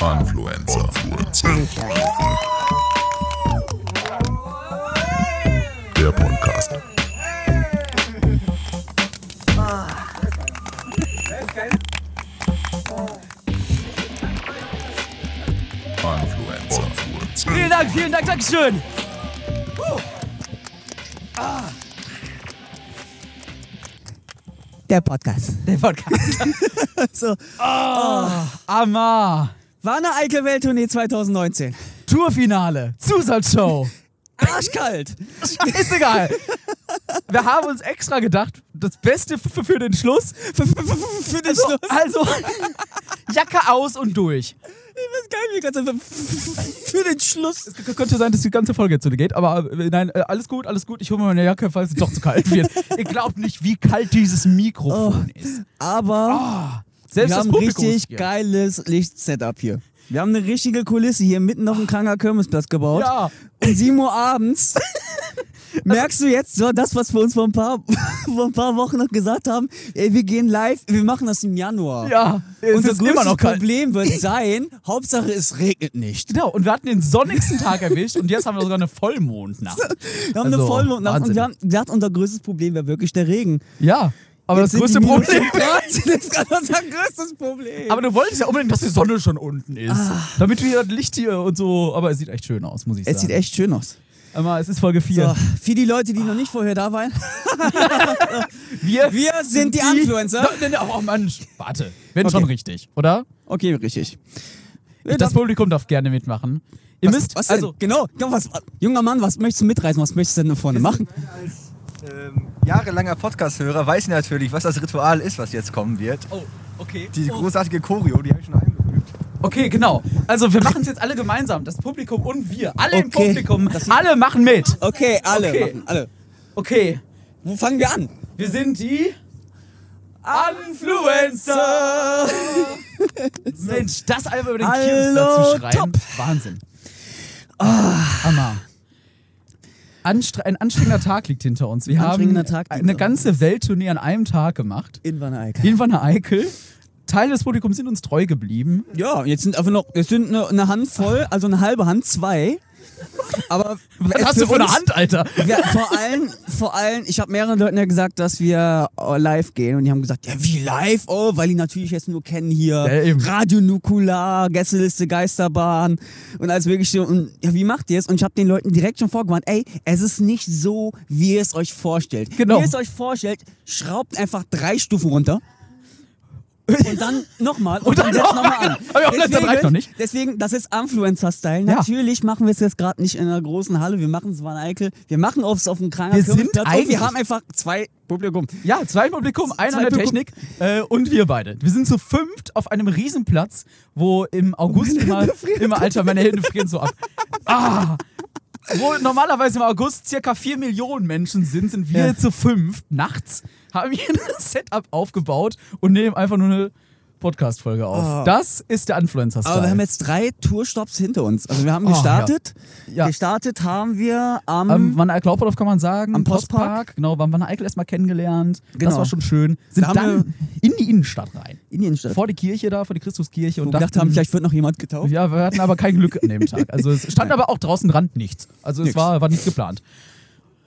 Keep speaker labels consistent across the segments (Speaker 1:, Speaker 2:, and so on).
Speaker 1: Influencer. Der Podcast. Influencer.
Speaker 2: Vielen Dank, vielen Dank, Dankeschön.
Speaker 3: Der Podcast.
Speaker 2: Der Podcast.
Speaker 3: So.
Speaker 2: Amma.
Speaker 3: War eine eitel Welttournee 2019.
Speaker 2: Tourfinale. Zusatzshow.
Speaker 3: Arschkalt.
Speaker 2: Ist egal. Wir haben uns extra gedacht, das Beste f- f- für den Schluss.
Speaker 3: Für, für, für, für für den
Speaker 2: Also,
Speaker 3: Schluss.
Speaker 2: also Jacke aus und durch.
Speaker 3: Ich weiß gar nicht, wie ganz einfach. Für den Schluss.
Speaker 2: K- Könnte sein, dass die ganze Folge jetzt so geht, aber äh, nein, äh, alles gut, alles gut. Ich hole mir meine Jacke, falls es doch zu kalt wird. Ihr glaubt nicht, wie kalt dieses Mikrofon ist.
Speaker 3: Aber
Speaker 2: Selbst
Speaker 3: Oh, wir
Speaker 2: das
Speaker 3: haben ein
Speaker 2: Publikum ist
Speaker 3: richtig
Speaker 2: hier.
Speaker 3: geiles Lichtsetup hier. Wir haben eine richtige Kulisse hier mitten auf dem Kranger Kirmesplatz gebaut.
Speaker 2: Ja.
Speaker 3: Um 7 Uhr abends. Merkst du jetzt so das, was wir uns vor ein paar, vor ein paar Wochen noch gesagt haben? Ey, wir gehen live, wir machen das im Januar.
Speaker 2: Ja, es
Speaker 3: Unser
Speaker 2: ist
Speaker 3: größtes
Speaker 2: immer noch kalt.
Speaker 3: Problem wird sein, Hauptsache es regnet nicht.
Speaker 2: Genau, und wir hatten den sonnigsten Tag erwischt und jetzt haben wir sogar eine Vollmondnacht.
Speaker 3: Wir haben eine
Speaker 2: Also,
Speaker 3: Vollmondnacht und
Speaker 2: Wahnsinn.
Speaker 3: wir haben gesagt, unser größtes Problem wäre wirklich der Regen.
Speaker 2: Ja, aber
Speaker 3: Jetzt
Speaker 2: das größte
Speaker 3: sind die minus
Speaker 2: Problem.
Speaker 3: 13, das ist gerade unser größtes Problem.
Speaker 2: Aber du wolltest ja unbedingt, dass die Sonne schon unten ist. Damit wir das Licht hier und so. Aber es sieht echt schön aus, muss ich
Speaker 3: Ah. es sieht
Speaker 2: sagen.
Speaker 3: echt schön aus.
Speaker 2: Aber es ist Folge 4.
Speaker 3: So, für die Leute, die noch nicht vorher da waren,
Speaker 2: Wir,
Speaker 3: wir sind die Influencer.
Speaker 2: Nein, nein, oh Mann, warte. Wenn
Speaker 3: Okay.
Speaker 2: schon richtig, oder?
Speaker 3: Okay, richtig.
Speaker 2: Das Publikum darf gerne mitmachen. Ihr
Speaker 3: was,
Speaker 2: müsst,
Speaker 3: was denn?
Speaker 2: also,
Speaker 3: genau, genau, was, junger Mann, was möchtest du mitreißen? Was möchtest du denn vorne machen?
Speaker 4: Als ähm, jahrelanger Podcast-Hörer weiß ich natürlich, was das Ritual ist, was jetzt kommen wird.
Speaker 2: oh, okay.
Speaker 4: Die großartige Choreo, die habe ich schon eingeübt.
Speaker 2: Okay, genau. Also, wir machen es jetzt alle gemeinsam. Das Publikum und wir. Alle im
Speaker 3: Okay.
Speaker 2: Publikum. Alle machen mit.
Speaker 3: Okay, alle,
Speaker 2: Okay.
Speaker 3: Machen, alle.
Speaker 2: Okay.
Speaker 3: Wo fangen wir an?
Speaker 2: Wir sind die Influencer. Mensch, das einfach über den Kirmesplatz
Speaker 3: Hallo,
Speaker 2: zu schreiben. Wahnsinn. Hammer. Anstre ein anstrengender Tag liegt hinter uns. Wir haben
Speaker 3: Anstrengender Tag liegt
Speaker 2: eine
Speaker 3: uns.
Speaker 2: ganze Welttournee an einem Tag gemacht.
Speaker 3: In Van Eyck.
Speaker 2: In Van Eickel. Teile des Publikums sind uns treu geblieben.
Speaker 3: Ja, jetzt sind einfach noch, jetzt sind eine, eine Handvoll, also eine halbe Hand, zwei. Aber äh,
Speaker 2: Was hast du für eine Hand, Alter?
Speaker 3: Ja, vor allem, vor allem, ich habe mehreren Leuten ja gesagt, dass wir äh, live gehen und die haben gesagt, ja wie live, oh, weil die natürlich jetzt nur kennen hier
Speaker 2: Ja, eben.
Speaker 3: Radio Nukular, Gästeliste Geisterbahn und alles mögliche und ja, wie macht ihr es? Und ich habe den Leuten direkt schon vorgewarnt, ey, es ist nicht so, wie ihr es euch vorstellt.
Speaker 2: Genau.
Speaker 3: Wie ihr es euch vorstellt, schraubt einfach drei Stufen runter. Und dann nochmal und, dann setzt nochmal an.
Speaker 2: Aber auch letzter Bereich noch nicht.
Speaker 3: Deswegen, das ist Influencer-Style.
Speaker 2: Ja.
Speaker 3: Natürlich machen wir es jetzt gerade nicht in einer großen Halle. Wir machen es Van Eikel. Wir machen es auf dem Kranger
Speaker 2: Wir
Speaker 3: Kirmesplatz
Speaker 2: sind
Speaker 3: und
Speaker 2: eigentlich-
Speaker 3: wir haben einfach zwei Publikum.
Speaker 2: Ja, zwei im Publikum, einer
Speaker 3: Zwei
Speaker 2: in der
Speaker 3: Publikum.
Speaker 2: Technik äh, und wir beide. Wir sind zu fünft auf einem Riesenplatz, wo im August immer, immer, Alter, meine Hände frieren so ab. Ah! Wo normalerweise im August circa vier Millionen Menschen sind, sind wir
Speaker 3: Ja.
Speaker 2: zu fünf nachts, haben hier ein Setup aufgebaut und nehmen einfach nur eine Podcast-Folge auf.
Speaker 3: Ah.
Speaker 2: Das ist der Influencer-Style.
Speaker 3: Aber wir haben jetzt drei Tourstops hinter uns. Also wir haben
Speaker 2: Ah, ja.
Speaker 3: gestartet.
Speaker 2: Ja.
Speaker 3: Gestartet haben wir am...
Speaker 2: ähm, Wanne Eickel Hauptbahnhof kann man sagen.
Speaker 3: Am Postpark.
Speaker 2: Genau, wir haben Wanne Eickel erstmal kennengelernt. Das
Speaker 3: Genau.
Speaker 2: war schon schön. Sind
Speaker 3: Da haben
Speaker 2: dann in die Innenstadt rein.
Speaker 3: Indienstadt.
Speaker 2: vor die Kirche da, vor die Christuskirche
Speaker 3: Wo
Speaker 2: und
Speaker 3: wir gedacht
Speaker 2: dachten,
Speaker 3: haben, vielleicht wird noch jemand getauft.
Speaker 2: ja, wir hatten aber kein Glück an dem Tag. Also es stand aber auch draußen dran nichts. Also es
Speaker 3: Nix.
Speaker 2: war, war nicht geplant.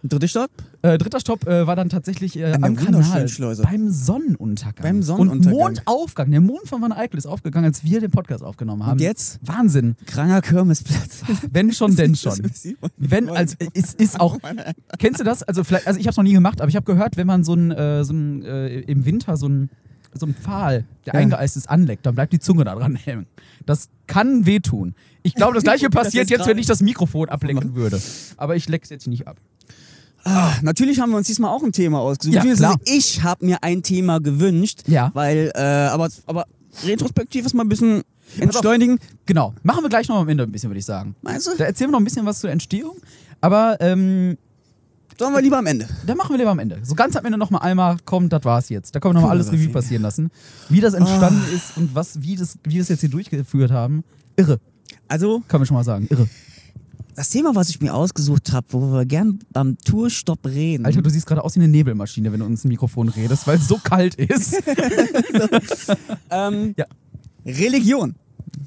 Speaker 3: Dritter Stopp.
Speaker 2: Äh, dritter Stopp äh, war dann tatsächlich äh,
Speaker 3: der
Speaker 2: am Kanal
Speaker 3: wunderschönen Schleuse.
Speaker 2: beim Sonnenuntergang.
Speaker 3: Beim Sonnenuntergang.
Speaker 2: Und Mondaufgang. Der Mond von Van Eyckel ist aufgegangen, als wir den Podcast aufgenommen haben.
Speaker 3: Und jetzt?
Speaker 2: Wahnsinn.
Speaker 3: Kranger Kirmesplatz.
Speaker 2: Wenn schon, denn schon.
Speaker 3: Das sieht man.
Speaker 2: Wenn, also es ist auch. Kennst du das? Also vielleicht, also ich habe es noch nie gemacht, aber ich habe gehört, wenn man so einen, äh, so einen äh, im Winter so einen, so einen Pfahl, der
Speaker 3: Ja.
Speaker 2: eingeeist ist, anleckt, dann bleibt die Zunge da dran hängen. Das kann wehtun. Ich glaube, das gleiche
Speaker 3: Das
Speaker 2: passiert
Speaker 3: ist
Speaker 2: jetzt, wenn
Speaker 3: gerade-
Speaker 2: ich das Mikrofon ablenken würde. Aber ich leck's jetzt nicht ab.
Speaker 3: Ah, Natürlich haben wir uns diesmal auch ein Thema ausgesucht.
Speaker 2: Ja,
Speaker 3: Beziehungsweise
Speaker 2: klar.
Speaker 3: Ich habe mir ein Thema gewünscht,
Speaker 2: Ja.
Speaker 3: weil, äh, aber, aber retrospektiv ist mal ein bisschen
Speaker 2: auf.
Speaker 3: entschleunigen.
Speaker 2: Genau. Machen wir gleich noch am Ende ein bisschen, würde ich sagen.
Speaker 3: Meinst
Speaker 2: Da
Speaker 3: du?
Speaker 2: erzählen wir noch ein bisschen was zur Entstehung. Aber ähm,
Speaker 3: Sollen wir lieber am Ende.
Speaker 2: dann machen wir lieber am Ende. So ganz am Ende nochmal einmal, komm, das war's jetzt. Da können wir nochmal
Speaker 3: Können
Speaker 2: alles
Speaker 3: wir das
Speaker 2: Revue
Speaker 3: sehen. Ah.
Speaker 2: passieren lassen. Wie das entstanden ist und was, wie das, wie das jetzt hier durchgeführt haben. Irre.
Speaker 3: Also,
Speaker 2: Kann man schon mal sagen. Irre.
Speaker 3: das Thema, was ich mir ausgesucht habe, wo wir gern am Tourstopp reden.
Speaker 2: Alter, du siehst gerade aus wie eine Nebelmaschine, wenn du uns ein Mikrofon redest, weil es so kalt ist.
Speaker 3: ähm,
Speaker 2: Ja.
Speaker 3: Religion.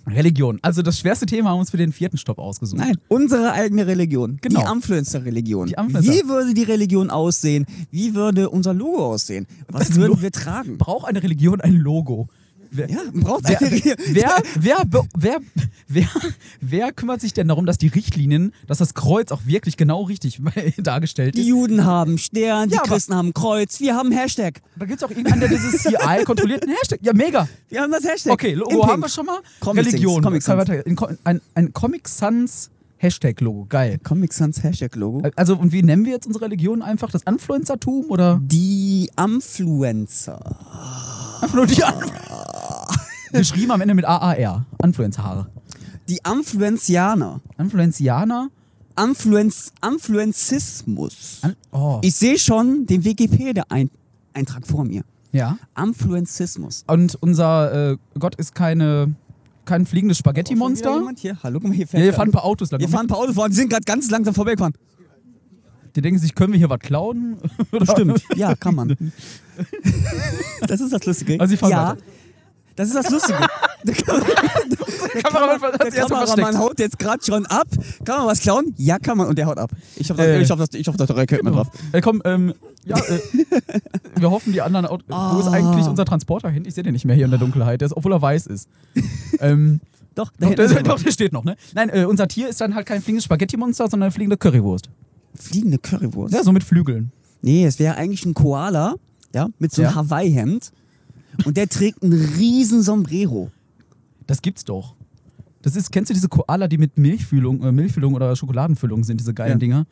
Speaker 2: Religion. Also das schwerste Thema haben wir uns für den vierten Stopp ausgesucht.
Speaker 3: Nein, unsere eigene Religion.
Speaker 2: Genau.
Speaker 3: Die Influencer-Religion.
Speaker 2: Die Influencer.
Speaker 3: Wie würde die Religion aussehen? Wie würde unser Logo aussehen? Was
Speaker 2: Das
Speaker 3: würden
Speaker 2: Lo-
Speaker 3: wir tragen?
Speaker 2: Braucht eine Religion ein Logo? Wer,
Speaker 3: Ja, braucht
Speaker 2: wer,
Speaker 3: eine Religion.
Speaker 2: wer, wer, be- wer, wer, wer kümmert sich denn darum, dass die Richtlinien, dass das Kreuz auch wirklich genau richtig dargestellt
Speaker 3: Die
Speaker 2: ist?
Speaker 3: Juden haben Stern, die
Speaker 2: Ja, aber-
Speaker 3: Christen haben Kreuz, wir haben Hashtag.
Speaker 2: Da gibt es auch irgendeinen, der dieses CI kontrolliert. Ein Hashtag. Ja, mega.
Speaker 3: Wir haben das Hashtag.
Speaker 2: Okay,
Speaker 3: In
Speaker 2: Logo haben
Speaker 3: Pink.
Speaker 2: wir schon mal.
Speaker 3: Comic Sans,
Speaker 2: Religion.
Speaker 3: Comic
Speaker 2: Zwei
Speaker 3: Sans.
Speaker 2: weitere. In Co- Ein, ein Comic Sans Hashtag-Logo. Geil.
Speaker 3: Comic Sans Hashtag-Logo.
Speaker 2: Also, und wie nennen wir jetzt unsere Religion einfach? Das Influencertum oder?
Speaker 3: Die Influencer.
Speaker 2: Einfach nur die An Geschrieben am Ende mit AAR. Influencer.
Speaker 3: Die Influenzianer.
Speaker 2: Influencianer.
Speaker 3: Influenz, Influenzismus.
Speaker 2: An oh.
Speaker 3: Ich sehe schon den Wikipedia-Eintrag vor mir.
Speaker 2: Ja.
Speaker 3: Influenzismus.
Speaker 2: Und unser äh, Gott ist keine, kein fliegendes
Speaker 3: Schon wieder
Speaker 2: Spaghetti-Monster.
Speaker 3: jemand Hier? Hallo, guck mal, hier
Speaker 2: Ja,
Speaker 3: fährt
Speaker 2: wir
Speaker 3: wer.
Speaker 2: fahren ein paar Autos lang.
Speaker 3: Wir fahren ein paar Autos vor, die sind gerade ganz langsam vorbeigefahren.
Speaker 2: Die denken sich, können wir hier was klauen? Oder-
Speaker 3: Stimmt, ja, kann man. Das ist das Lustige.
Speaker 2: Also sie fahren
Speaker 3: ja,
Speaker 2: weiter.
Speaker 3: das ist das Lustige. Der, Kam- der,
Speaker 2: Kameramann hat
Speaker 3: der
Speaker 2: sie erst mal
Speaker 3: Kameramann
Speaker 2: versteckt.
Speaker 3: haut jetzt gerade schon ab. Kann man was klauen? Ja, kann man. Und der haut ab. Ich hoffe,
Speaker 2: Äh.
Speaker 3: ich hoffe, das- ich hoffe, da erkennt man drauf.
Speaker 2: Äh, komm, ähm, ja, äh, wir hoffen, die anderen Autos. Wo ist eigentlich
Speaker 3: Ah.
Speaker 2: unser Transporter hin? Ich sehe den nicht mehr hier in der Dunkelheit, der ist, obwohl er weiß ist. ähm,
Speaker 3: Doch, da
Speaker 2: doch,
Speaker 3: hinten
Speaker 2: der,
Speaker 3: ist er.
Speaker 2: doch, der steht noch, ne? Nein, äh, unser Tier ist dann halt kein fliegendes Spaghetti-Monster, sondern eine fliegende Currywurst.
Speaker 3: Fliegende Currywurst.
Speaker 2: Ja, so mit Flügeln.
Speaker 3: Nee, es wäre eigentlich ein Koala, ja, mit so einem
Speaker 2: Ja.
Speaker 3: Hawaii-Hemd. Und der trägt ein riesen Sombrero.
Speaker 2: Das gibt's doch. Das ist, kennst du diese Koala, die mit Milchfüllung, äh, Milchfüllung oder Schokoladenfüllung sind, diese geilen
Speaker 3: Ja.
Speaker 2: Dinger?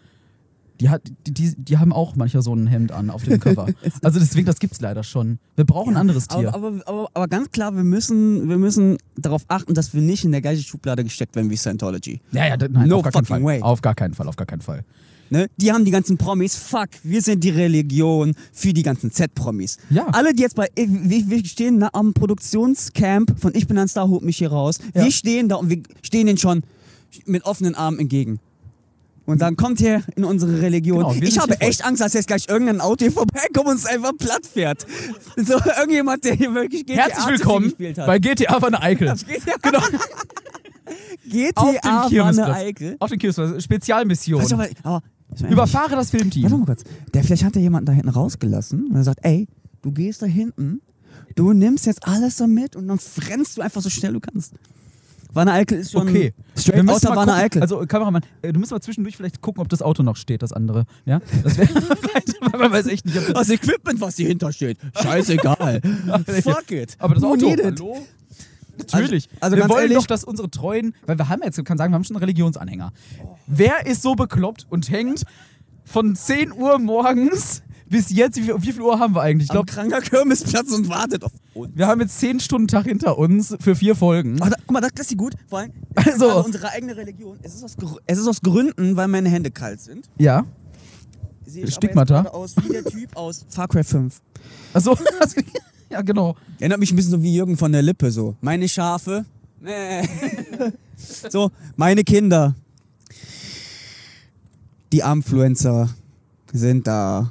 Speaker 2: Die, hat, die, die, die haben auch mancher so ein Hemd an auf dem Cover. also deswegen, das gibt's leider schon. Wir brauchen ein anderes Tier.
Speaker 3: Aber, aber, aber, aber ganz klar, wir müssen, wir müssen darauf achten, dass wir nicht in der gleichen Schublade gesteckt werden wie Scientology.
Speaker 2: ja, ja, d- nein,
Speaker 3: No
Speaker 2: auf gar keinen
Speaker 3: fucking
Speaker 2: Fall.
Speaker 3: way.
Speaker 2: Auf gar keinen Fall, auf gar keinen Fall.
Speaker 3: Ne? Die haben die ganzen Promis. Fuck, wir sind die Religion für die ganzen Z-Promis.
Speaker 2: Ja.
Speaker 3: Alle, die jetzt bei. Wir, wir stehen da am Produktionscamp von Ich bin ein Star, holt mich hier raus.
Speaker 2: Ja.
Speaker 3: Wir stehen da und wir stehen denen schon mit offenen Armen entgegen. Und dann kommt hier in unsere Religion.
Speaker 2: Genau, wir
Speaker 3: ich
Speaker 2: sind
Speaker 3: habe
Speaker 2: hier voll.
Speaker 3: echt Angst, dass jetzt gleich irgendein Auto hier vorbeikommt und uns einfach platt fährt. So irgendjemand, der hier wirklich GTA
Speaker 2: Herzlich willkommen
Speaker 3: gespielt hat.
Speaker 2: bei GTA Van Eickel.
Speaker 3: genau.
Speaker 2: Auf
Speaker 3: GTA
Speaker 2: dem
Speaker 3: Wanne
Speaker 2: Kirmesplatz. Oh,
Speaker 3: Eickel.
Speaker 2: Auf dem Kirmesplatz. Spezialmission.
Speaker 3: Pass auf, aber, aber,
Speaker 2: Überfahre das
Speaker 3: Warte
Speaker 2: Filmteam.
Speaker 3: mal kurz. Der, vielleicht hat der jemanden da hinten rausgelassen und er sagt, ey, du gehst da hinten, du nimmst jetzt alles da mit und dann frennst du einfach so schnell du kannst. Wanne Eickel ist schon
Speaker 2: Okay. Wir
Speaker 3: straight
Speaker 2: müssen
Speaker 3: aus der
Speaker 2: mal
Speaker 3: Wanne
Speaker 2: gucken.
Speaker 3: Eickel.
Speaker 2: Also, Kameramann, äh, du musst mal zwischendurch vielleicht gucken, ob das Auto noch steht, das andere. Ja? Das wäre. Man weiß echt nicht, ob das.
Speaker 3: das Equipment, was hier hinter steht, scheißegal. Fuck it.
Speaker 2: Aber das
Speaker 3: Who
Speaker 2: Auto.
Speaker 3: need it?
Speaker 2: Hallo? Natürlich.
Speaker 3: Also- also
Speaker 2: wir
Speaker 3: ganz
Speaker 2: wollen
Speaker 3: ehrlich-
Speaker 2: doch, dass unsere treuen. Weil wir haben jetzt, kann sagen, wir haben schon einen Religionsanhänger. Wer ist so bekloppt und hängt von 10 Uhr morgens bis jetzt? Wie viel, wie viel Uhr haben wir eigentlich? Ich
Speaker 3: Am
Speaker 2: glaube,
Speaker 3: kranker Kirmesplatz und wartet auf uns.
Speaker 2: wir haben jetzt 10 Stunden Tag hinter uns für vier Folgen.
Speaker 3: Aber da, guck mal, das ist die gut. Vor allem,
Speaker 2: Hm? Also-
Speaker 3: also, unsere eigene Religion. Es ist, aus, Gr- es ist aus Gründen, weil meine Hände kalt sind.
Speaker 2: Ja.
Speaker 3: Sehe ich aber jetzt
Speaker 2: Stigmata.
Speaker 3: gerade aus wie der Typ aus Far Cry 5.
Speaker 2: Achso. Also, ja, genau.
Speaker 3: Erinnert mich ein bisschen so wie Jürgen von der Lippe so. Meine Schafe. Nee. so, meine Kinder. Die Influencer sind da.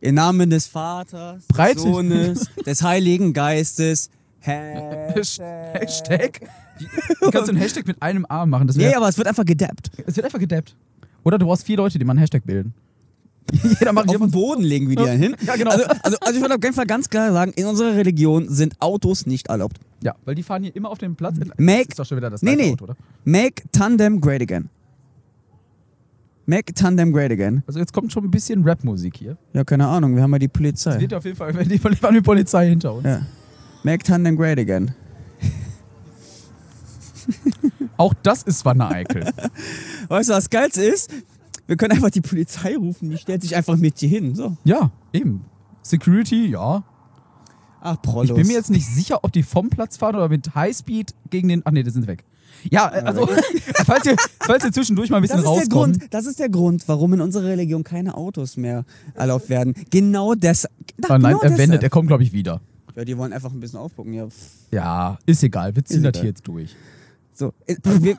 Speaker 3: Im Namen des Vaters,
Speaker 2: Breit-
Speaker 3: des Sohnes, des Heiligen Geistes. Hä?
Speaker 2: Hash- Hashtag. Die- Du kannst den Hashtag mit einem A machen. Das
Speaker 3: Nee,
Speaker 2: wär,
Speaker 3: aber es wird einfach gedappt.
Speaker 2: es wird einfach gedappt. Oder du brauchst vier Leute, die mal einen Hashtag bilden. Jeder macht
Speaker 3: Auf den
Speaker 2: jemand.
Speaker 3: Boden legen wir die dann hin.
Speaker 2: Ja, genau.
Speaker 3: Also, also, also ich würde auf jeden Fall ganz klar sagen, in unserer Religion sind Autos nicht erlaubt.
Speaker 2: Ja, weil die fahren hier immer auf dem Platz.
Speaker 3: Make-
Speaker 2: das ist doch schon wieder das
Speaker 3: Nee,
Speaker 2: gleiche
Speaker 3: nee.
Speaker 2: Auto, oder?
Speaker 3: Make Tandem great again. Make Tandem great again.
Speaker 2: Also jetzt kommt schon ein bisschen Rap-Musik hier.
Speaker 3: Ja, keine Ahnung, wir haben ja die Polizei.
Speaker 2: Es wird auf jeden Fall, wenn die, wenn die Polizei hinter uns.
Speaker 3: Ja. Make Tandem great again.
Speaker 2: Auch das ist Wanne Eickel.
Speaker 3: Weißt du, was geilste ist? Wir können einfach die Polizei rufen, die stellt sich einfach mit dir hin. So.
Speaker 2: ja, eben. Security, ja.
Speaker 3: Ach, Prollos.
Speaker 2: Ich bin mir jetzt nicht sicher, ob die vom Platz fahren oder mit Highspeed gegen den. Ach nee, die sind weg. Ja, äh, also, falls ihr, falls ihr zwischendurch mal ein bisschen
Speaker 3: das ist, der
Speaker 2: rauskommt.
Speaker 3: Grund, das ist der Grund, warum in unserer Religion keine Autos mehr erlaubt werden. Genau das.
Speaker 2: Ah, nein,
Speaker 3: genau
Speaker 2: er wendet, er
Speaker 3: deshalb.
Speaker 2: kommt, glaube ich, wieder.
Speaker 3: Ja, die wollen einfach ein bisschen aufgucken. Ja. pff.
Speaker 2: Ja, ist egal. Wir ziehen
Speaker 3: Ist
Speaker 2: das
Speaker 3: egal.
Speaker 2: hier jetzt durch.
Speaker 3: So. äh, wir-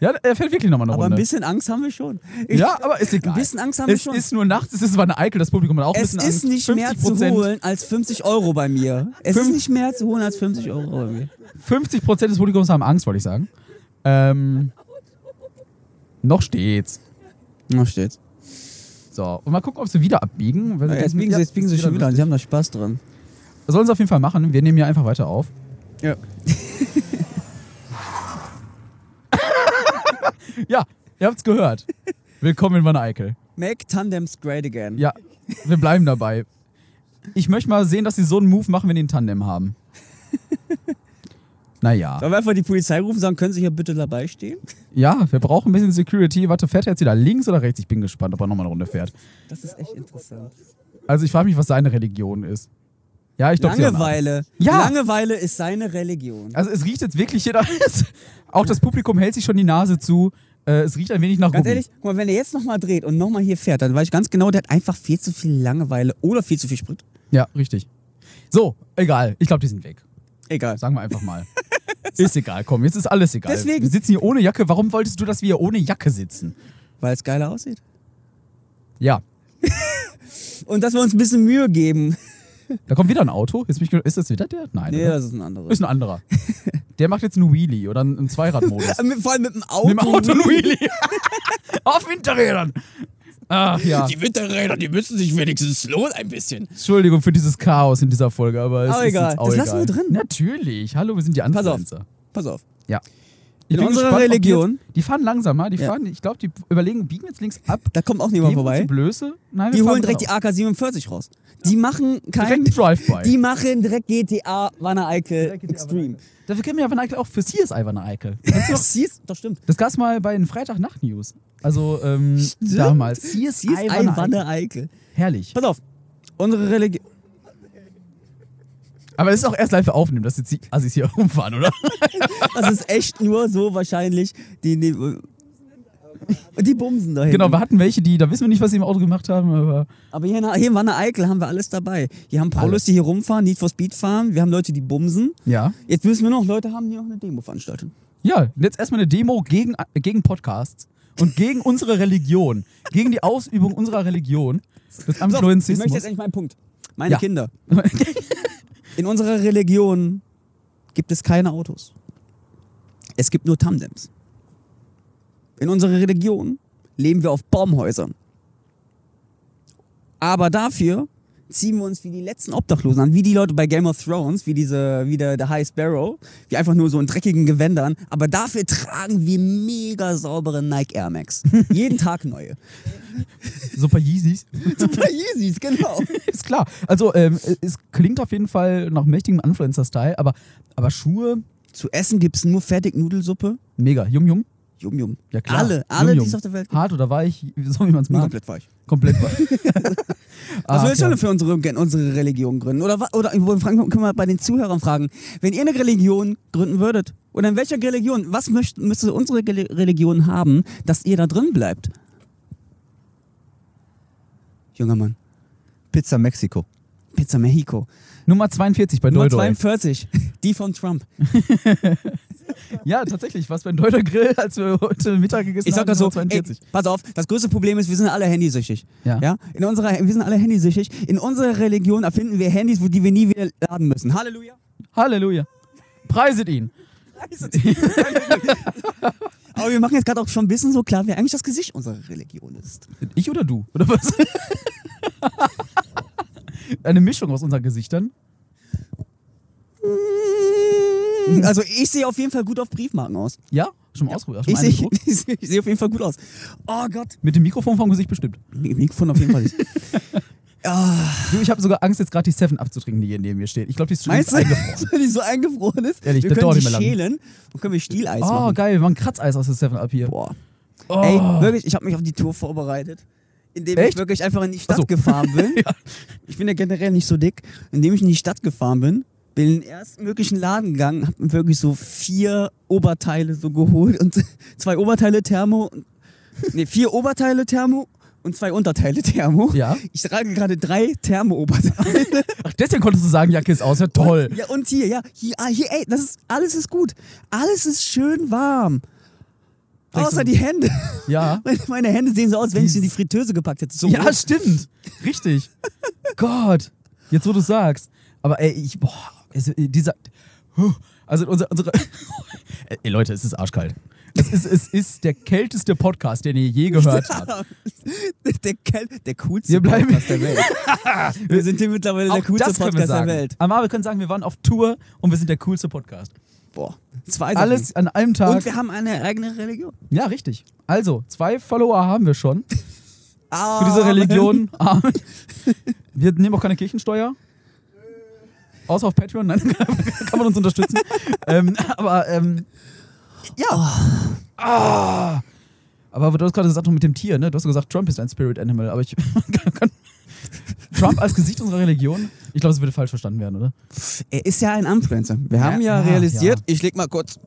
Speaker 2: Ja, er fährt wirklich nochmal eine
Speaker 3: Aber ein
Speaker 2: Runde.
Speaker 3: bisschen Angst haben wir schon.
Speaker 2: ja, aber ist egal.
Speaker 3: Ein bisschen Angst haben wir
Speaker 2: es
Speaker 3: schon.
Speaker 2: ist nur nachts, es ist zwar eine Eikel, das Publikum hat auch ein
Speaker 3: es
Speaker 2: bisschen Angst.
Speaker 3: ist nicht mehr zu
Speaker 2: 50%,
Speaker 3: holen als 50 Euro bei mir. Es ist
Speaker 2: Fünf-
Speaker 3: nicht mehr zu holen als 50 Euro bei mir.
Speaker 2: 50 Prozent des Publikums haben Angst, wollte ich sagen. Ähm, noch steht's.
Speaker 3: Na, steht's.
Speaker 2: So, und mal gucken, ob sie wieder abbiegen. Weil
Speaker 3: Ja,
Speaker 2: sie
Speaker 3: jetzt
Speaker 2: denken,
Speaker 3: biegen sie,
Speaker 2: ja,
Speaker 3: jetzt biegen sie
Speaker 2: ist
Speaker 3: schon wieder an.
Speaker 2: lustig.
Speaker 3: Sie haben da Spaß dran.
Speaker 2: Sollen sie auf jeden Fall machen. Wir nehmen hier einfach weiter auf.
Speaker 3: Ja.
Speaker 2: Ja, ihr habt's gehört. Willkommen in Wanne Eickel.
Speaker 3: Make Tandems great again.
Speaker 2: Ja, wir bleiben dabei. Ich möchte mal sehen, dass sie so einen Move machen, wenn die ein Tandem haben. Naja.
Speaker 3: Sollen wir einfach die Polizei rufen und sagen, können Sie hier bitte dabei stehen?
Speaker 2: Ja, wir brauchen ein bisschen Security. Warte, fährt er jetzt wieder links oder rechts? Ich bin gespannt, ob er nochmal eine Runde fährt.
Speaker 3: Das ist echt interessant.
Speaker 2: Also ich frage mich, was seine Religion ist. Ja, ich glaube.
Speaker 3: Langeweile.
Speaker 2: Ja.
Speaker 3: Langeweile ist seine Religion.
Speaker 2: Also es riecht jetzt wirklich jeder. auch das Publikum hält sich schon die Nase zu. Äh, es riecht ein wenig nach
Speaker 3: Ganz
Speaker 2: Gummi.
Speaker 3: ehrlich, guck mal, wenn er jetzt nochmal dreht und nochmal hier fährt, dann weiß ich ganz genau, der hat einfach viel zu viel Langeweile oder viel zu viel Sprit.
Speaker 2: Ja, richtig. So, egal. Ich glaube, die sind weg.
Speaker 3: Egal.
Speaker 2: Sagen wir einfach mal. ist egal, komm, jetzt ist alles egal.
Speaker 3: Deswegen.
Speaker 2: Wir sitzen hier ohne Jacke. Warum wolltest du, dass wir hier ohne Jacke sitzen?
Speaker 3: Weil es geiler aussieht.
Speaker 2: Ja,
Speaker 3: Und dass wir uns ein bisschen Mühe geben.
Speaker 2: da kommt wieder ein Auto. Jetzt bin ich ge- ist das wieder der? Nein.
Speaker 3: Nee,
Speaker 2: oder?
Speaker 3: das ne? ist ein anderes.
Speaker 2: Ist ein anderer. der macht jetzt einen Wheelie oder einen einen Zweiradmodus.
Speaker 3: Äh, mit- Vor allem mit dem Auto.
Speaker 2: Nimm Auto ein Wheelie. Auf Winterrädern. Ach ja.
Speaker 5: Die Winterräder, die müssen sich wenigstens lohnen ein bisschen.
Speaker 2: Entschuldigung für dieses Chaos in dieser Folge, aber es
Speaker 3: Aber
Speaker 2: ist
Speaker 3: egal.
Speaker 2: Jetzt auch
Speaker 3: Das lassen wir
Speaker 2: egal.
Speaker 3: drin.
Speaker 2: Natürlich. Hallo, wir sind die
Speaker 3: auf.
Speaker 2: Anfluencer.
Speaker 3: Pass auf.
Speaker 2: Ja.
Speaker 3: In
Speaker 2: bin
Speaker 3: unserer
Speaker 2: gespannt, ob die
Speaker 3: Religion-
Speaker 2: Jetzt, die fahren langsamer. Die
Speaker 3: Ja.
Speaker 2: fahren, ich glaube, die überlegen, biegen jetzt links ab.
Speaker 3: Da kommt auch niemand
Speaker 2: geben uns
Speaker 3: vorbei.
Speaker 2: Die Blöße. Nein, wir
Speaker 3: Die
Speaker 2: fahren
Speaker 3: holen direkt die
Speaker 2: geradeaus.
Speaker 3: AK-47 raus. Die machen kein.
Speaker 2: Direkt ein Drive-By.
Speaker 3: Die machen direkt GTA Wanne Eickel Extreme.
Speaker 2: Dafür kennen wir aber eine Eikel auch für CSI war eine Eikel.
Speaker 3: Das hieß, das stimmt.
Speaker 2: Das gab's mal bei den Freitagnacht-News. Also ähm, damals.
Speaker 3: CSI Wanne,
Speaker 2: Eikel.
Speaker 3: Wanne Eickel.
Speaker 2: Herrlich.
Speaker 3: Pass auf. Unsere Religion.
Speaker 2: Aber es ist auch erst live aufnehmen, dass jetzt die Assis hier rumfahren, oder?
Speaker 3: Das ist echt nur so wahrscheinlich. Die, die, die bumsen da hinten.
Speaker 2: Genau, wir hatten welche, die, da wissen wir nicht, was sie im Auto gemacht haben, aber
Speaker 3: Aber hier, in- hier in Wanne Eickel haben wir alles dabei. Hier haben Paulus,
Speaker 2: Alles.
Speaker 3: die hier rumfahren, Need for Speed fahren. Wir haben Leute, die bumsen.
Speaker 2: ja.
Speaker 3: Jetzt müssen wir noch Leute haben, die noch eine Demo veranstalten.
Speaker 2: Ja, jetzt erstmal eine Demo gegen, äh, gegen Podcasts und gegen unsere Religion, gegen die Ausübung unserer Religion, des
Speaker 3: Pass auf, ich möchte
Speaker 2: Influenzismus.
Speaker 3: jetzt endlich meinen Punkt. Meine
Speaker 2: Ja.
Speaker 3: Kinder. In unserer Religion gibt es keine Autos. Es gibt nur Tandems. In unserer Religion leben wir auf Baumhäusern. Aber dafür ziehen wir uns wie die letzten Obdachlosen an, wie die Leute bei Game of Thrones, wie diese, wie der, der High Sparrow, wie einfach nur so in dreckigen Gewändern. Aber dafür tragen wir mega saubere Nike Air Max. Jeden Tag neue.
Speaker 2: Super Yeezys.
Speaker 3: Super Yeezys, genau.
Speaker 2: Ist klar. Also, ähm, es klingt auf jeden Fall nach mächtigem Influencer-Style, aber, aber Schuhe,
Speaker 3: Zu essen gibt es nur Fertignudelsuppe.
Speaker 2: mega. Yum, yum.
Speaker 3: Yum, yum.
Speaker 2: Ja, klar. Hm.
Speaker 3: Alle, alle,
Speaker 2: Yum,
Speaker 3: die
Speaker 2: yum.
Speaker 3: es auf der Welt gibt.
Speaker 2: Hart oder weich, so wie man es
Speaker 3: Bin
Speaker 2: mag.
Speaker 3: komplett falsch.
Speaker 2: Komplett weich. Ah,
Speaker 3: Was willst du
Speaker 2: ja.
Speaker 3: denn für unsere, unsere Religion gründen? Oder, wa- oder wir fragen, können wir bei den Zuhörern fragen, wenn ihr eine Religion gründen würdet, oder in welcher Religion, was möcht, müsste unsere Gele- Religion haben, dass ihr da drin bleibt? Junger Mann,
Speaker 4: Pizza Mexiko.
Speaker 3: Pizza Mexico.
Speaker 2: Nummer 42 bei
Speaker 3: Nummer
Speaker 2: Doido.
Speaker 3: 42, die von Trump.
Speaker 2: Ja, tatsächlich, was beim Deuter Grill, als wir heute Mittag gegessen
Speaker 3: Ich sag
Speaker 2: haben.
Speaker 3: das so,
Speaker 2: Nummer
Speaker 3: ey,
Speaker 2: 42.
Speaker 3: pass auf, das größte Problem ist, wir sind alle handysüchtig.
Speaker 2: Ja.
Speaker 3: In unserer, wir sind alle handysüchtig. In unserer Religion erfinden wir Handys, wo- die wir nie wieder laden müssen. Halleluja.
Speaker 2: Halleluja. Preiset ihn.
Speaker 3: Aber wir machen jetzt gerade auch schon ein bisschen so klar, wer eigentlich das Gesicht unserer Religion ist.
Speaker 2: Ich oder du? Oder was? Eine Mischung aus unseren Gesichtern.
Speaker 3: Also ich sehe auf jeden Fall gut auf Briefmarken aus.
Speaker 2: Ja, schon mal ausprobiert. Schon
Speaker 3: Ich
Speaker 2: mal
Speaker 3: sehe
Speaker 2: eingedruckt?
Speaker 3: ich sehe- ich sehe auf jeden Fall gut aus. Oh Gott.
Speaker 2: Mit dem Mikrofon vom Gesicht bestimmt.
Speaker 3: Mit dem Mikrofon auf jeden Fall nicht.
Speaker 2: Du, ich habe sogar Angst, jetzt gerade die Seven abzutrinken, die hier neben mir steht. Ich glaube, die ist schon
Speaker 3: Meinst du,
Speaker 2: eingefroren.
Speaker 3: weil die so eingefroren ist?
Speaker 2: Ehrlich,
Speaker 3: wir
Speaker 2: das
Speaker 3: können
Speaker 2: dauert nicht
Speaker 3: die
Speaker 2: mehr lang.
Speaker 3: schälen und können wir Stieleis
Speaker 2: Oh,
Speaker 3: machen.
Speaker 2: geil, wir machen Kratzeis aus der Seven Up hier.
Speaker 3: Boah.
Speaker 2: Oh.
Speaker 3: Ey, wirklich, ich habe mich auf die Tour vorbereitet, indem ich
Speaker 2: Echt?
Speaker 3: wirklich einfach in die Stadt
Speaker 2: Ach so.
Speaker 3: gefahren bin. Ich bin ja generell nicht so dick. Indem ich in die Stadt gefahren bin, bin in den ersten möglichen Laden gegangen, habe mir wirklich so vier Oberteile so geholt und zwei Oberteile Thermo, und- nee, vier Oberteile Thermo und zwei Unterteile Thermo.
Speaker 2: Ja.
Speaker 3: Ich trage gerade drei Thermo-Oberteile.
Speaker 2: Ach, deswegen konntest du sagen, Jacke ist aus. Ja, toll.
Speaker 3: Und, ja, und hier, ja, hier, ah, hier, ey, das ist, alles ist gut. Alles ist schön warm.
Speaker 2: Weil ich
Speaker 3: Außer
Speaker 2: so-
Speaker 3: die Hände.
Speaker 2: Ja.
Speaker 3: Meine- Meine Hände sehen so aus, wenn ich sie in die Fritteuse gepackt hätte. So
Speaker 2: Ja,
Speaker 3: rot.
Speaker 2: stimmt. Richtig. Gott. Jetzt, wo du sagst. Aber ey, ich, boah, also, äh, dieser, huh, also unser, unsere, ey Leute, es ist arschkalt. Es ist, es ist der kälteste Podcast, den ihr je gehört habt.
Speaker 3: der, Kel der coolste
Speaker 2: Wir bleiben-
Speaker 3: Podcast der Welt. wir sind hier mittlerweile der
Speaker 2: Auch
Speaker 3: coolste
Speaker 2: das können wir
Speaker 3: Podcast der
Speaker 2: sagen.
Speaker 3: Welt.
Speaker 2: Aber wir können sagen, wir waren auf Tour und wir sind der coolste Podcast.
Speaker 3: Boah, zwei Sachen.
Speaker 2: Alles an einem Tag.
Speaker 3: Und wir haben eine eigene Religion.
Speaker 2: ja, richtig. Also, zwei Follower haben wir schon
Speaker 3: Ah,
Speaker 2: für diese Religion. Amen. Wir nehmen auch keine Kirchensteuer. Außer auf Patreon. Nein, kann man uns unterstützen. ähm, aber, ähm, ja. Ah. Aber du hast gerade gesagt, mit dem Tier, ne? Du hast gesagt, Trump ist ein Spirit Animal. Aber ich. kann, Trump als Gesicht unserer Religion? Ich glaube, es würde falsch verstanden werden, oder?
Speaker 3: Er ist ja ein Influencer. Wir haben ja,
Speaker 2: ah,
Speaker 3: realisiert,
Speaker 2: ja.
Speaker 3: ich leg mal kurz.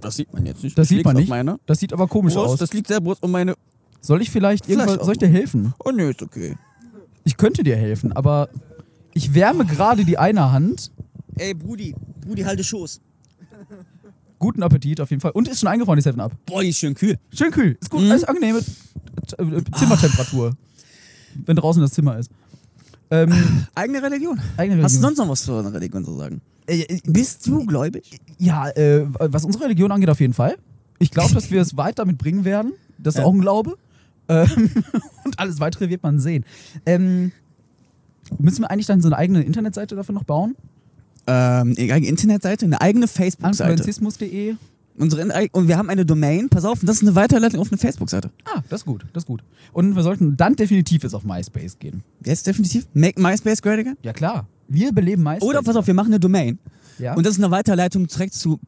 Speaker 3: Das sieht man jetzt nicht.
Speaker 2: Das
Speaker 3: Ich
Speaker 2: sieht
Speaker 3: leg's
Speaker 2: man
Speaker 3: auf
Speaker 2: nicht.
Speaker 3: Meine
Speaker 2: Das sieht aber komisch aus.
Speaker 3: Brust, das liegt sehr Brust und meine.
Speaker 2: Soll ich vielleicht
Speaker 3: Vielleicht
Speaker 2: irgendwas,
Speaker 3: auch
Speaker 2: soll ich dir helfen?
Speaker 3: Oh nö, ist okay.
Speaker 2: Ich könnte dir helfen, aber ich wärme gerade die eine Hand.
Speaker 3: Ey, Brudi, Brudi, halte Schoß.
Speaker 2: Guten Appetit auf jeden Fall. Und ist schon eingefroren, die 7-Up.
Speaker 3: Boah, die ist schön kühl.
Speaker 2: Schön kühl. Ist gut,
Speaker 3: Mhm.
Speaker 2: alles angenehme T- äh, Zimmertemperatur. Wenn draußen das Zimmer ist. Ähm,
Speaker 3: Eigene Religion.
Speaker 2: eigene
Speaker 3: Hast du
Speaker 2: Religion.
Speaker 3: sonst noch was zu einer Religion zu sagen?
Speaker 2: Äh, äh,
Speaker 3: Bist du gläubig?
Speaker 2: ja, äh, was unsere Religion angeht, auf jeden Fall. Ich glaube, dass wir es weit damit bringen werden. Das ist
Speaker 3: Ja.
Speaker 2: auch ein Glaube. Ähm, und alles weitere wird man sehen. Ähm, müssen wir eigentlich dann so eine eigene Internetseite dafür noch bauen?
Speaker 3: Ähm, eine eigene Internetseite, eine eigene Facebook-Seite.
Speaker 2: Anfluenzismus.de.
Speaker 3: Unsere In- Und wir haben eine Domain. Pass auf, das ist eine Weiterleitung auf eine Facebook-Seite.
Speaker 2: Ah, das ist gut, das ist gut. Und wir sollten dann definitiv jetzt auf MySpace gehen.
Speaker 3: Jetzt definitiv. Make MySpace great again.
Speaker 2: Ja klar, wir beleben MySpace.
Speaker 3: Oder pass auf, wir machen eine Domain.
Speaker 2: Ja.
Speaker 3: Und das ist eine Weiterleitung direkt zu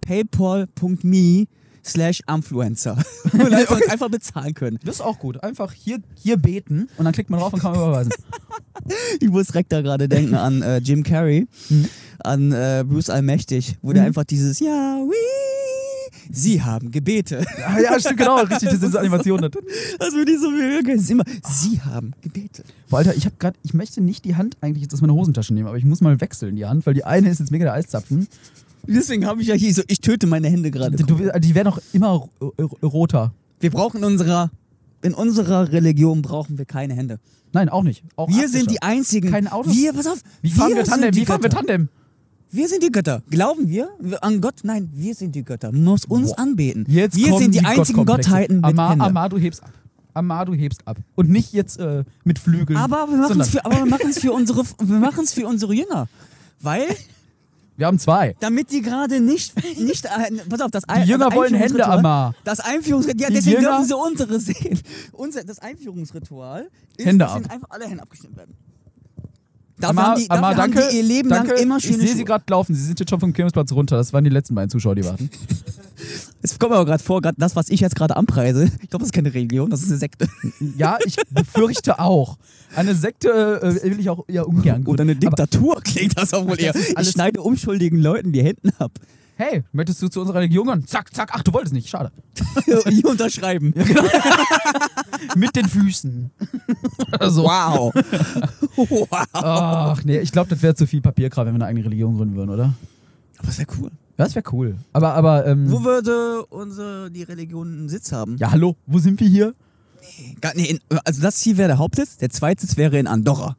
Speaker 3: paypal.me slash Influencer. Und dann okay. einfach bezahlen können.
Speaker 2: das ist auch gut. Einfach hier, hier beten und dann klickt man drauf und kann man überweisen.
Speaker 3: Ich muss direkt da gerade denken an äh, Jim Carrey, an äh, Bruce Allmächtig, wo der einfach dieses Ja, we, sie haben Gebete.
Speaker 2: ah, ja, stimmt, genau. Richtig, diese diese Animation. hat.
Speaker 3: Das würde ich so mögen. Es ist immer, sie haben Gebete.
Speaker 2: Boah, Alter, ich habe gerade, ich möchte nicht die Hand eigentlich jetzt aus meiner Hosentasche nehmen, aber ich muss mal wechseln die Hand, weil die eine ist jetzt mega der Eiszapfen.
Speaker 3: Deswegen habe ich ja hier so, ich töte meine Hände gerade.
Speaker 2: Die, du, die werden auch immer ro- ro- roter.
Speaker 3: Wir brauchen in unserer, in unserer Religion brauchen wir keine Hände.
Speaker 2: Nein, auch nicht. Auch
Speaker 3: Wir sind die
Speaker 2: abgeschafft.
Speaker 3: einzigen.
Speaker 2: Keine Autos.
Speaker 3: Wir, pass auf.
Speaker 2: Wie fahren wir
Speaker 3: sind
Speaker 2: Tandem?
Speaker 3: die
Speaker 2: Wie fahren wir
Speaker 3: Götter.
Speaker 2: Tandem?
Speaker 3: Wir sind die Götter. Glauben wir an Gott? Nein, wir sind die Götter. Muss uns
Speaker 2: Boah.
Speaker 3: anbeten.
Speaker 2: Jetzt
Speaker 3: wir
Speaker 2: kommen
Speaker 3: sind die,
Speaker 2: die
Speaker 3: einzigen
Speaker 2: Gottkomplexe.
Speaker 3: Gottheiten mit
Speaker 2: Amar,
Speaker 3: Händen.
Speaker 2: Amar, du hebst ab. Amar, du hebst ab. Und nicht jetzt äh, mit Flügeln.
Speaker 3: Aber wir machen es
Speaker 2: sondern-
Speaker 3: für, aber wir machen's für unsere, wir machen's für unsere Jünger, weil
Speaker 2: Wir haben zwei.
Speaker 3: damit die gerade nicht, nicht, ein- pass auf, das Ein-
Speaker 2: Die Jünger
Speaker 3: das
Speaker 2: wollen Hände,
Speaker 3: Einführungsritual-
Speaker 2: Amar.
Speaker 3: Das Einführungsritual, ja,
Speaker 2: Die
Speaker 3: deswegen
Speaker 2: Jünger-
Speaker 3: dürfen sie unsere sehen. Unser, das Einführungsritual ist,
Speaker 2: Hände
Speaker 3: dass
Speaker 2: ab.
Speaker 3: ihnen einfach alle Hände abgeschnitten werden. Dafür
Speaker 2: Amar,
Speaker 3: haben die, dafür
Speaker 2: Amar, danke.
Speaker 3: haben die ihr Leben
Speaker 2: danke.
Speaker 3: lang immer
Speaker 2: Ich
Speaker 3: schöne
Speaker 2: sehe sie
Speaker 3: Schuhe.
Speaker 2: gerade laufen. Sie sind jetzt schon vom Kirmesplatz runter. Das waren die letzten beiden Zuschauer, die warten.
Speaker 3: Es kommt mir aber gerade vor, gerade das, was ich jetzt gerade anpreise, ich glaube, das ist keine Religion, das ist eine Sekte.
Speaker 2: ja, ich befürchte auch. Eine Sekte äh, will ich auch ja ungern.
Speaker 3: Oder eine
Speaker 2: Aber
Speaker 3: Diktatur klingt das auch wohl eher.
Speaker 2: Das ist
Speaker 3: Ich
Speaker 2: alles-
Speaker 3: schneide unschuldigen Leuten die Hände ab.
Speaker 2: hey, möchtest du zu unserer Religion gehören? Zack, zack. Ach, du wolltest nicht. Schade.
Speaker 3: Die unterschreiben.
Speaker 2: Mit den Füßen. Oder so.
Speaker 3: Wow. wow.
Speaker 2: Ach nee, ich glaube, das wäre zu viel Papierkram, wenn wir eine eigene Religion gründen würden, oder?
Speaker 3: Aber ist ja cool.
Speaker 2: Ja, das wäre cool. Aber, aber,
Speaker 3: Wo
Speaker 2: ähm,
Speaker 3: würde unsere, die Religion einen Sitz haben?
Speaker 2: ja, hallo, wo sind wir hier?
Speaker 3: Gar, nee, in, also das hier wäre der Hauptsitz, der zweite Sitz wäre in Andorra.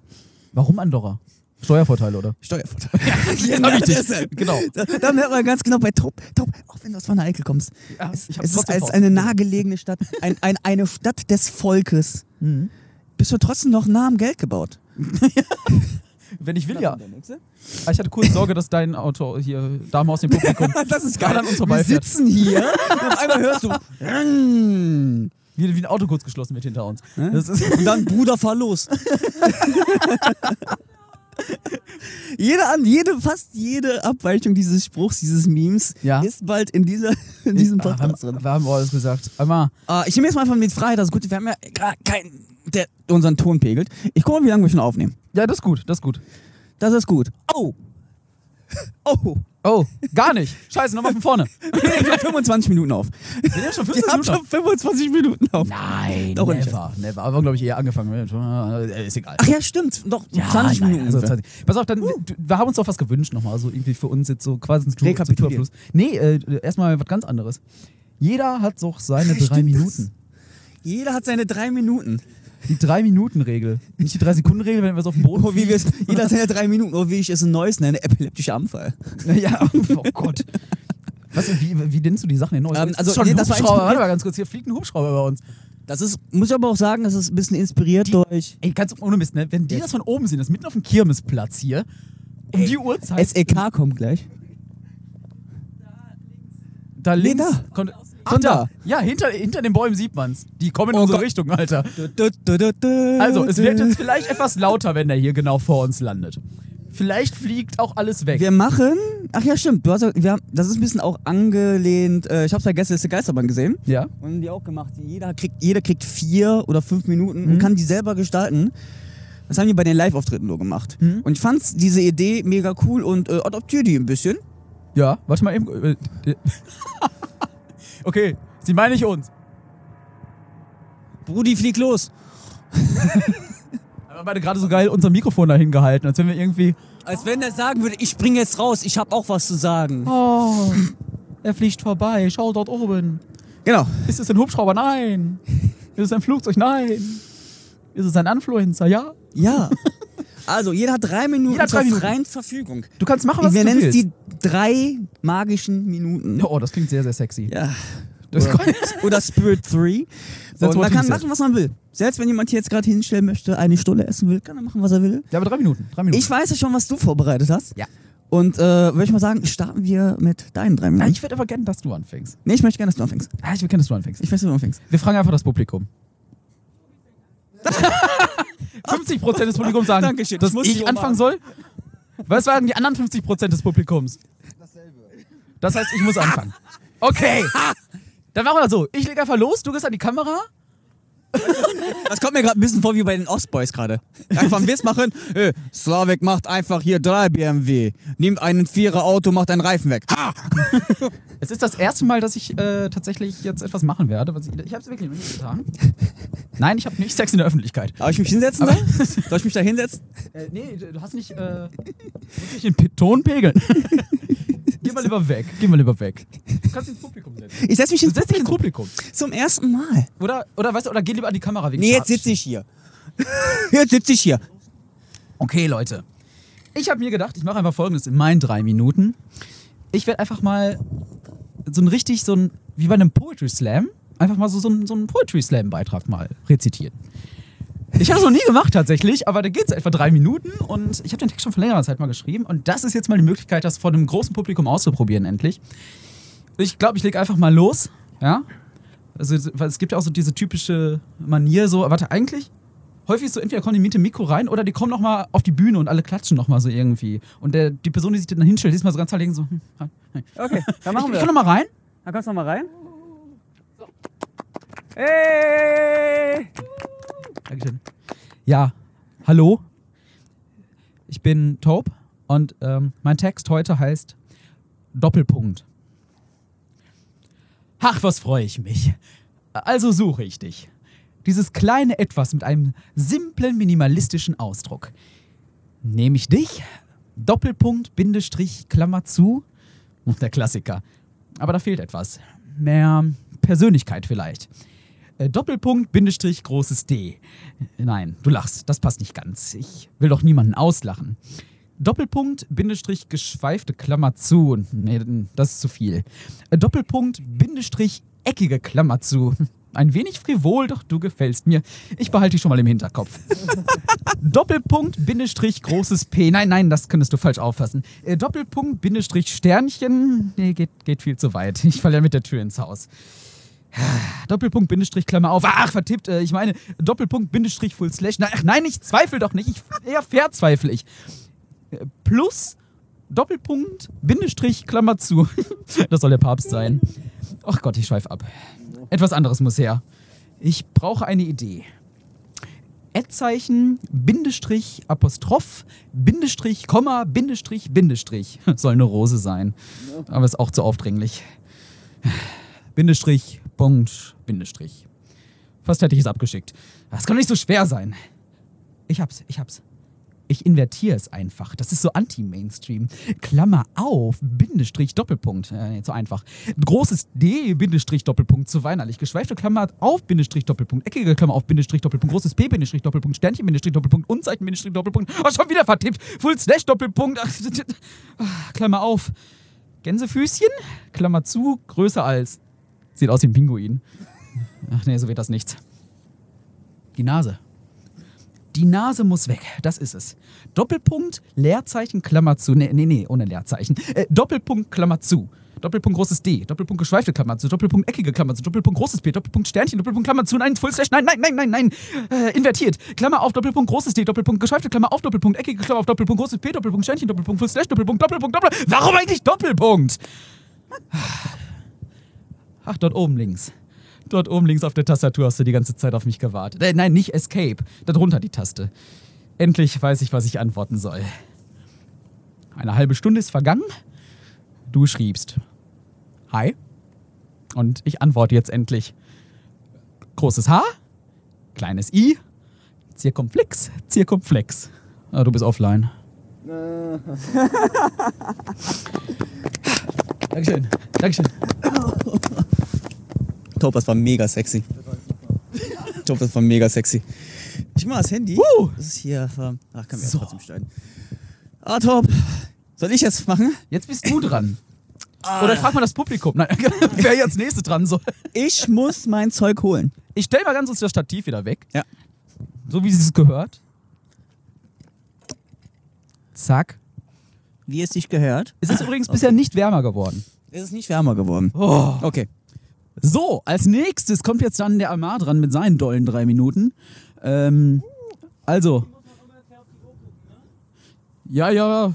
Speaker 2: Warum Andorra? Steuervorteile, oder?
Speaker 3: Steuervorteil. Ja,
Speaker 2: hab ich dich.
Speaker 3: deshalb.
Speaker 2: Genau.
Speaker 3: Da, da merkt man ganz genau bei Top, Top, auch wenn du aus Van der Eickel kommst,
Speaker 2: Ja,
Speaker 3: es,
Speaker 2: ich hab's
Speaker 3: es ist
Speaker 2: trotzdem
Speaker 3: als
Speaker 2: drauf.
Speaker 3: eine nahegelegene Stadt, ein, ein, eine Stadt des Volkes,
Speaker 2: Mhm.
Speaker 3: bist du trotzdem noch nah am Geld gebaut.
Speaker 2: Wenn ich will, ja. Ah, Ich hatte kurz Sorge, dass dein Auto hier Dame aus dem Publikum
Speaker 3: Das ist
Speaker 2: gerade
Speaker 3: geil.
Speaker 2: an uns
Speaker 3: Wir
Speaker 2: vorbeifährt.
Speaker 3: sitzen hier und auf einmal hörst du "Rrrn."
Speaker 2: Wie, wie ein Auto kurz geschlossen wird hinter uns. Das ist,
Speaker 3: und dann Bruder, fahr los. jede, an, jede, fast jede Abweichung dieses Spruchs, dieses Memes
Speaker 2: Ja.
Speaker 3: ist bald in, dieser, in diesem
Speaker 2: Ah, haben,
Speaker 3: Podcast drin.
Speaker 2: Wir haben alles gesagt. Einmal,
Speaker 3: Äh, ich nehme jetzt mal von mit frei, das ist gut, wir haben ja gerade keinen, der unseren Ton pegelt. Ich gucke mal, wie lange wir schon aufnehmen.
Speaker 2: ja, das ist gut, das ist gut.
Speaker 3: Das ist gut. Oh! Oh!
Speaker 2: Oh, gar nicht. Scheiße, nochmal von vorne.
Speaker 3: Wir nehmen schon 25 Minuten auf.
Speaker 2: Wir nehmen schon 15
Speaker 3: wir haben
Speaker 2: Minuten
Speaker 3: schon
Speaker 2: auf.
Speaker 3: 25 Minuten auf.
Speaker 2: Nein,
Speaker 3: Doch, nicht.
Speaker 2: never, never. Aber glaube ich eher angefangen. Äh, Ist egal.
Speaker 3: Ach ja, stimmt. Doch, 20
Speaker 2: nein,
Speaker 3: Minuten.
Speaker 2: Also
Speaker 3: Uh. ungefähr.
Speaker 2: 20. Pass auf, dann, du- wir haben uns doch was gewünscht nochmal, so irgendwie für uns jetzt so quasi ein Tour,
Speaker 3: Rekapitulieren.
Speaker 2: Tourplus. Nee, äh, erstmal was ganz anderes. Jeder hat doch seine
Speaker 3: Stimmt
Speaker 2: drei
Speaker 3: das?
Speaker 2: Minuten.
Speaker 3: Jeder hat seine drei Minuten.
Speaker 2: Die drei Minuten Regel, nicht die drei Sekunden Regel, wenn wir es auf den Boden.
Speaker 3: Oh, wie
Speaker 2: fliegen.
Speaker 3: wir, jeder hat seine drei Minuten. Oh, wie ich es ein neues nenne, epileptischer Anfall.
Speaker 2: Ja, oh Gott. Was, wie, wie nennst du die Sachen denn neu?
Speaker 3: Ähm, also,
Speaker 2: schon
Speaker 3: nee,
Speaker 2: ein
Speaker 3: das war
Speaker 2: Hubschrauber.
Speaker 3: eigentlich-
Speaker 2: Warte mal ganz kurz, hier fliegt ein Hubschrauber bei uns.
Speaker 3: Das ist, muss ich aber auch sagen, das ist ein bisschen inspiriert durch
Speaker 2: Ey, ganz ohne Mist, ne? Wenn die das von oben sehen, das ist mitten auf dem Kirmesplatz hier, um die Uhrzeit,
Speaker 3: SEK E kommt gleich.
Speaker 2: da links.
Speaker 3: da.
Speaker 2: Konnte, ach,
Speaker 3: Von
Speaker 2: da.
Speaker 3: da.
Speaker 2: Ja, hinter, hinter den Bäumen sieht man's. Die kommen in
Speaker 3: Oh
Speaker 2: unsere
Speaker 3: Gott.
Speaker 2: Richtung, Alter. Also,
Speaker 3: Also,
Speaker 2: es wird jetzt vielleicht etwas lauter, wenn der hier genau vor uns landet. Vielleicht fliegt auch alles weg.
Speaker 3: Wir machen. Ach ja, stimmt. Du hast, ja- wir haben, das ist ein bisschen auch angelehnt. Äh, ich hab's ja gestern letzte Geisterbahn gesehen.
Speaker 2: ja?
Speaker 3: Und die auch gemacht. Jeder kriegt, jeder kriegt vier oder fünf Minuten und kann die selber gestalten. Das haben die bei den Live-Auftritten nur gemacht. Und ich fand's diese Idee mega cool und äh, adoptiere die ein bisschen.
Speaker 2: Ja, warte mal eben. äh, äh, Okay, sie meinen nicht uns.
Speaker 3: Brudi, flieg los.
Speaker 2: Wir haben beide gerade so geil unser Mikrofon dahin gehalten, als wenn wir irgendwie.
Speaker 3: Als wenn er sagen würde, ich spring jetzt raus, ich habe auch was zu sagen.
Speaker 2: Oh, er fliegt vorbei. Schau dort oben.
Speaker 3: Genau.
Speaker 2: Ist es ein Hubschrauber? Nein. Ist es ein Flugzeug? Nein. Ist es ein Influencer? Ja.
Speaker 3: Ja. Also, jeder hat drei Minuten
Speaker 2: Jeder hat drei
Speaker 3: zur
Speaker 2: Minuten.
Speaker 3: freien Verfügung.
Speaker 2: Du kannst machen, was
Speaker 3: Wir
Speaker 2: du
Speaker 3: nennen es
Speaker 2: willst.
Speaker 3: die drei magischen Minuten.
Speaker 2: oh, das klingt sehr, sehr sexy.
Speaker 3: Ja.
Speaker 2: Das
Speaker 3: oder, oder Spirit 3.
Speaker 2: That's what
Speaker 3: Und man
Speaker 2: he
Speaker 3: kann
Speaker 2: said.
Speaker 3: machen, was man will. Selbst wenn jemand hier jetzt gerade hinstellen möchte, eine Stunde essen will, kann er machen, was er will.
Speaker 2: Ja, aber drei Minuten. Drei Minuten.
Speaker 3: Ich weiß ja schon, was du vorbereitet hast.
Speaker 2: Ja.
Speaker 3: Und äh, würde ich mal sagen, starten wir mit deinen drei
Speaker 2: Nein,
Speaker 3: Minuten.
Speaker 2: ich würde aber gerne, dass du anfängst.
Speaker 3: nee, ich möchte gerne, dass du anfängst.
Speaker 2: Ah, ich will gerne, dass du anfängst.
Speaker 3: Ich möchte, dass du anfängst.
Speaker 2: Wir fragen einfach das Publikum. 50% des Publikums sagen,
Speaker 3: Dankeschön, ich
Speaker 2: dass
Speaker 3: muss
Speaker 2: ich,
Speaker 3: dich
Speaker 2: anfangen soll. Was waren die anderen 50% des Publikums? Dasselbe. Das heißt, ich muss anfangen. Okay. Dann machen wir das so. Ich lege einfach los, du gehst an die Kamera.
Speaker 3: Das kommt mir gerade ein bisschen vor wie bei den Ostboys gerade. Einfach einen Witz machen. Äh, Slavik macht einfach hier drei BMW. Nimmt einen Vierer Auto, macht einen Reifen weg. Ha!
Speaker 2: Es ist das erste Mal, dass ich äh, tatsächlich jetzt etwas machen werde. Was ich ich habe es wirklich noch nicht getan. Nein, ich habe nicht Sex in der Öffentlichkeit.
Speaker 3: Darf ich mich hinsetzen?
Speaker 2: Aber-
Speaker 3: soll? Soll ich mich da hinsetzen?
Speaker 2: Äh, nee, du hast nicht. Äh, musst nicht den P- Ton pegeln. Geh mal lieber weg. Geh mal lieber weg. Du kannst ins Publikum setzen.
Speaker 3: Ich setze mich
Speaker 2: Du
Speaker 3: ins
Speaker 2: setzt dich ins
Speaker 3: Publikum.
Speaker 2: Publikum.
Speaker 3: Zum ersten Mal.
Speaker 2: Oder, oder weißt du, oder geh lieber an die Kamera wegen
Speaker 3: Nee, jetzt sitze ich hier. Jetzt sitze ich hier.
Speaker 2: Okay, Leute. Ich habe mir gedacht, ich mache einfach folgendes in meinen drei Minuten. Ich werde einfach mal so ein richtig, so ein, wie bei einem Poetry Slam, einfach mal so, so, einen- so einen Poetry Slam-Beitrag mal rezitieren. Ich habe es noch nie gemacht tatsächlich, aber da geht es etwa drei Minuten und ich habe den Text schon vor längerer Zeit mal geschrieben und das ist jetzt mal die Möglichkeit, das vor einem großen Publikum auszuprobieren endlich. Ich glaube, ich lege einfach mal los, ja. Also weil es gibt ja auch so diese typische Manier so, warte, eigentlich häufig ist so, entweder kommen die mit dem Mikro rein oder die kommen nochmal auf die Bühne und alle klatschen nochmal so irgendwie. Und der, die Person, die sich dann hinstellt, die ist mal so ganz verlegen so, hm, hi, hi.
Speaker 3: Okay, dann
Speaker 2: ich, ich komm nochmal rein.
Speaker 3: Dann kommst du nochmal rein. Hey!
Speaker 2: Dankeschön. Ja, hallo. Ich bin Taub und ähm, mein Text heute heißt Doppelpunkt. Ach, was freue ich mich. Also suche ich dich. Dieses kleine Etwas mit einem simplen minimalistischen Ausdruck. Nehme ich dich? Doppelpunkt, Bindestrich, Klammer zu. Hm, Der Klassiker. Aber da fehlt etwas. Mehr Persönlichkeit vielleicht. Äh, Doppelpunkt, Bindestrich, großes D. Äh, Nein, du lachst, das passt nicht ganz. Ich will doch niemanden auslachen. Doppelpunkt, Bindestrich, geschweifte Klammer zu. Nee, das ist zu viel. Äh, Doppelpunkt, Bindestrich, eckige Klammer zu. Ein wenig frivol, doch du gefällst mir. Ich behalte dich schon mal im Hinterkopf. Doppelpunkt, Bindestrich, großes P. Nein, nein, das könntest du falsch auffassen. Äh, Doppelpunkt, Bindestrich, Sternchen. Nee, geht, geht viel zu weit. Ich falle ja mit der Tür ins Haus. Doppelpunkt, Bindestrich, Klammer auf. Ach, vertippt. Äh, ich meine, Doppelpunkt, Bindestrich, Full Slash. Nein, ach, nein, ich zweifle doch nicht. Ich, eher verzweifle ich. Äh, Plus, Doppelpunkt, Bindestrich, Klammer zu. Das soll der Papst sein. Ach Gott, ich schweif ab. Etwas anderes muss her. Ich brauche eine Idee. Ad-Zeichen, Bindestrich, Apostroph, Bindestrich, Komma, Bindestrich, Bindestrich. Soll eine Rose sein. Aber ist auch zu aufdringlich. Bindestrich, Punkt, Bindestrich. Fast hätte ich es abgeschickt. Das kann doch nicht so schwer sein. Ich hab's, ich hab's. Ich invertiere es einfach. Das ist so anti-Mainstream. Klammer auf, Bindestrich, Doppelpunkt. Äh, nee, zu einfach. Großes D, Bindestrich, Doppelpunkt, zu weinerlich. Geschweifte Klammer auf, Bindestrich, Doppelpunkt. Eckige Klammer auf, Bindestrich, Doppelpunkt. Großes P, Bindestrich, Doppelpunkt. Sternchen, Bindestrich, Doppelpunkt. Unzeichen, Bindestrich, Doppelpunkt. Oh, schon wieder vertippt. Full Slash, Doppelpunkt. Ach, Klammer auf. Gänsefüßchen, Klammer zu, größer als. Sieht aus wie ein Pinguin. Ach nee, so wird das nichts. Die Nase. Die Nase muss weg, das ist es. Doppelpunkt, Leerzeichen, Klammer zu. Nee, nee, nee, ohne Leerzeichen. Äh, Doppelpunkt, Klammer zu. Doppelpunkt großes D, Doppelpunkt geschweifte Klammer zu, Doppelpunkt eckige Klammer zu, Doppelpunkt großes P, Doppelpunkt Sternchen, Doppelpunkt Klammer zu, nein, Full Slash, nein, nein, nein, nein, nein, äh, invertiert, Klammer auf, Doppelpunkt großes D, Doppelpunkt geschweifte Klammer auf, Doppelpunkt eckige Klammer auf, Doppelpunkt großes P, Doppelpunkt Sternchen, Doppelpunkt Full Slash, Doppelpunkt, Doppelpunkt, Doppelpunkt, warum eigentlich Doppelpunkt? Ach, dort oben links. Dort oben links auf der Tastatur hast du die ganze Zeit auf mich gewartet. Äh, nein, nicht Escape. Darunter die Taste. Endlich weiß ich, was ich antworten soll. Eine halbe Stunde ist vergangen. Du schriebst. Hi. Und ich antworte jetzt endlich. Großes H, kleines I, Zirkumflex, Zirkumflex. Ah, du bist offline. Dankeschön, Dankeschön.
Speaker 6: Top, das war mega sexy. Top, das war mega sexy. Ich mach das Handy.
Speaker 2: Huh.
Speaker 6: Das ist hier. ähm, Ach, kann mir
Speaker 2: So.
Speaker 6: trotzdem schneiden. Ah, Top. Soll ich jetzt machen?
Speaker 2: Jetzt bist du dran. Oder ich frag mal das Publikum. Nein, genau, wer jetzt nächste dran soll.
Speaker 6: Ich muss mein Zeug holen.
Speaker 2: Ich stell mal ganz uns das Stativ wieder weg.
Speaker 6: Ja.
Speaker 2: So wie es gehört. Zack.
Speaker 6: Wie es dich gehört.
Speaker 2: Es ist übrigens bisher nicht wärmer geworden.
Speaker 6: Es ist nicht wärmer geworden.
Speaker 2: Oh.
Speaker 6: Okay.
Speaker 2: So, als nächstes kommt jetzt dann der Amar dran mit seinen dollen drei Minuten. Ähm, also. Ja, ja.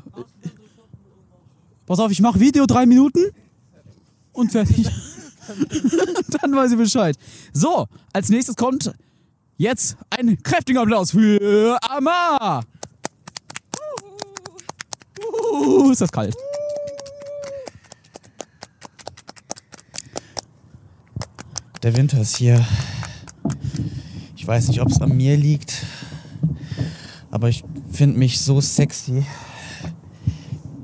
Speaker 2: Pass auf, ich mache Video drei Minuten und fertig. dann weiß ich Bescheid. So, als nächstes kommt jetzt ein kräftiger Applaus für Amar. Uh, ist das kalt.
Speaker 3: Der Winter ist hier. Ich weiß nicht, ob es an mir liegt, aber ich finde mich so sexy.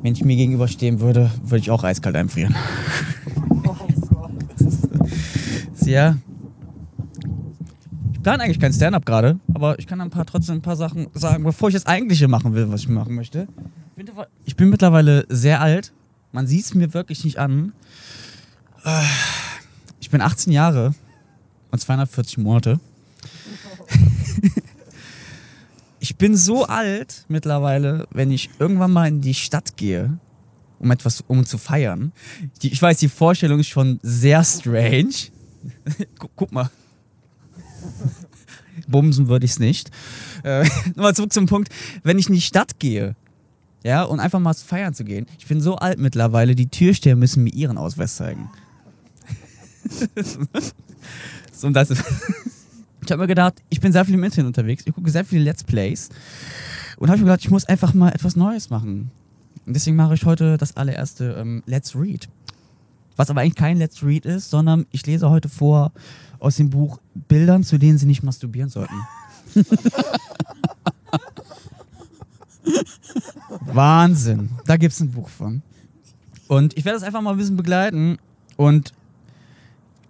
Speaker 3: Wenn ich mir gegenüberstehen würde, würde ich auch eiskalt einfrieren. ja. Ich plane eigentlich kein Stand-up gerade, aber ich kann ein paar trotzdem ein paar Sachen sagen, bevor ich das eigentliche machen will, was ich machen möchte. Ich bin mittlerweile sehr alt. Man sieht es mir wirklich nicht an. Äh, Ich bin 18 Jahre und 240 Monate. Ich bin so alt mittlerweile, wenn ich irgendwann mal in die Stadt gehe, um etwas um zu feiern. Die, ich weiß, die Vorstellung ist schon sehr strange. Gu- Guck mal. Bumsen würde ich es nicht. Äh, Nochmal zurück zum Punkt, wenn ich in die Stadt gehe, ja, und einfach mal feiern zu gehen. Ich bin so alt mittlerweile, die Türsteher müssen mir ihren Ausweis zeigen. So, und das ist. Ich habe mir gedacht, ich bin sehr viel im Internet unterwegs, ich gucke sehr viele Let's Plays und habe mir gedacht, ich muss einfach mal etwas Neues machen. Und deswegen mache ich heute das allererste ähm, Let's Read. Was aber eigentlich kein Let's Read ist, sondern ich lese heute vor aus dem Buch Bildern, zu denen sie nicht masturbieren sollten. Wahnsinn, da gibt es ein Buch von. Und ich werde das einfach mal ein bisschen begleiten und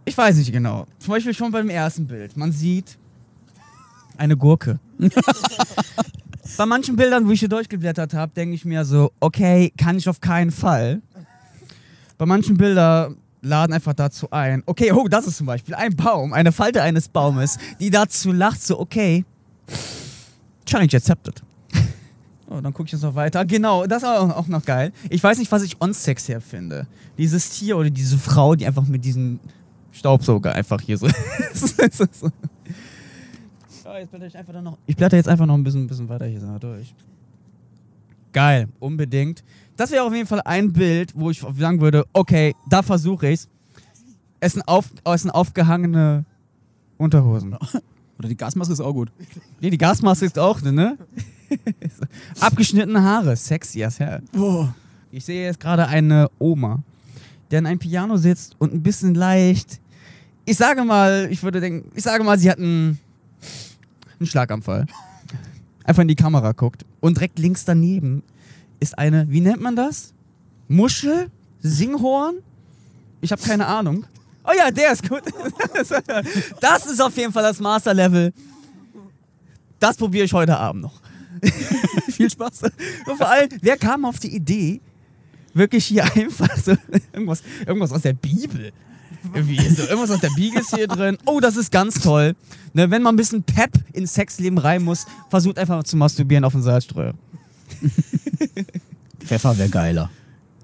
Speaker 3: ich weiß nicht genau. Zum Beispiel schon beim ersten Bild. Man sieht eine Gurke. Bei manchen Bildern, wo ich hier durchgeblättert habe, denke ich mir so, okay, kann ich auf keinen Fall. Bei manchen Bildern laden einfach dazu ein, okay, oh, das ist zum Beispiel ein Baum, eine Falte eines Baumes, die dazu lacht, so, okay, challenge accepted. Oh, dann gucke ich jetzt noch weiter. Genau, das ist auch auch noch geil. Ich weiß nicht, was ich on sex her finde. Dieses Tier oder diese Frau, die einfach mit diesem Staubsauger einfach hier so. Ja, Oh, jetzt blätter ich einfach dann noch. Ich blätter jetzt einfach noch ein bisschen, bisschen weiter hier so durch. Geil, unbedingt. Das wäre auf jeden Fall ein Bild, wo ich sagen würde, okay, da versuche ich's. Es sind, auf, es sind aufgehangene Unterhosen.
Speaker 2: Oder die Gasmaske ist auch gut.
Speaker 3: Nee, die Gasmaske ist auch, ne, ne? Abgeschnittene Haare, sexy as hell. Ich sehe jetzt gerade eine Oma, der an einem Piano sitzt und ein bisschen leicht. Ich sage mal, ich würde denken, ich sage mal, sie hat einen, einen Schlaganfall. einfach in die Kamera guckt. Und direkt links daneben ist eine, wie nennt man das? Muschel? Singhorn? Ich habe keine Ahnung. Oh ja, der ist gut.
Speaker 7: Das ist auf jeden Fall das Master-Level.
Speaker 3: Das probiere ich heute Abend noch.
Speaker 7: Viel Spaß.
Speaker 3: Und vor allem, wer kam auf die Idee, wirklich hier einfach so irgendwas, irgendwas aus der Bibel? Irgendwie so, irgendwas aus der Bibel ist hier drin. Oh, das ist ganz toll. Ne, wenn man ein bisschen Pep ins Sexleben rein muss, versucht einfach mal zu masturbieren auf den Salzstreuer.
Speaker 7: Pfeffer wäre geiler.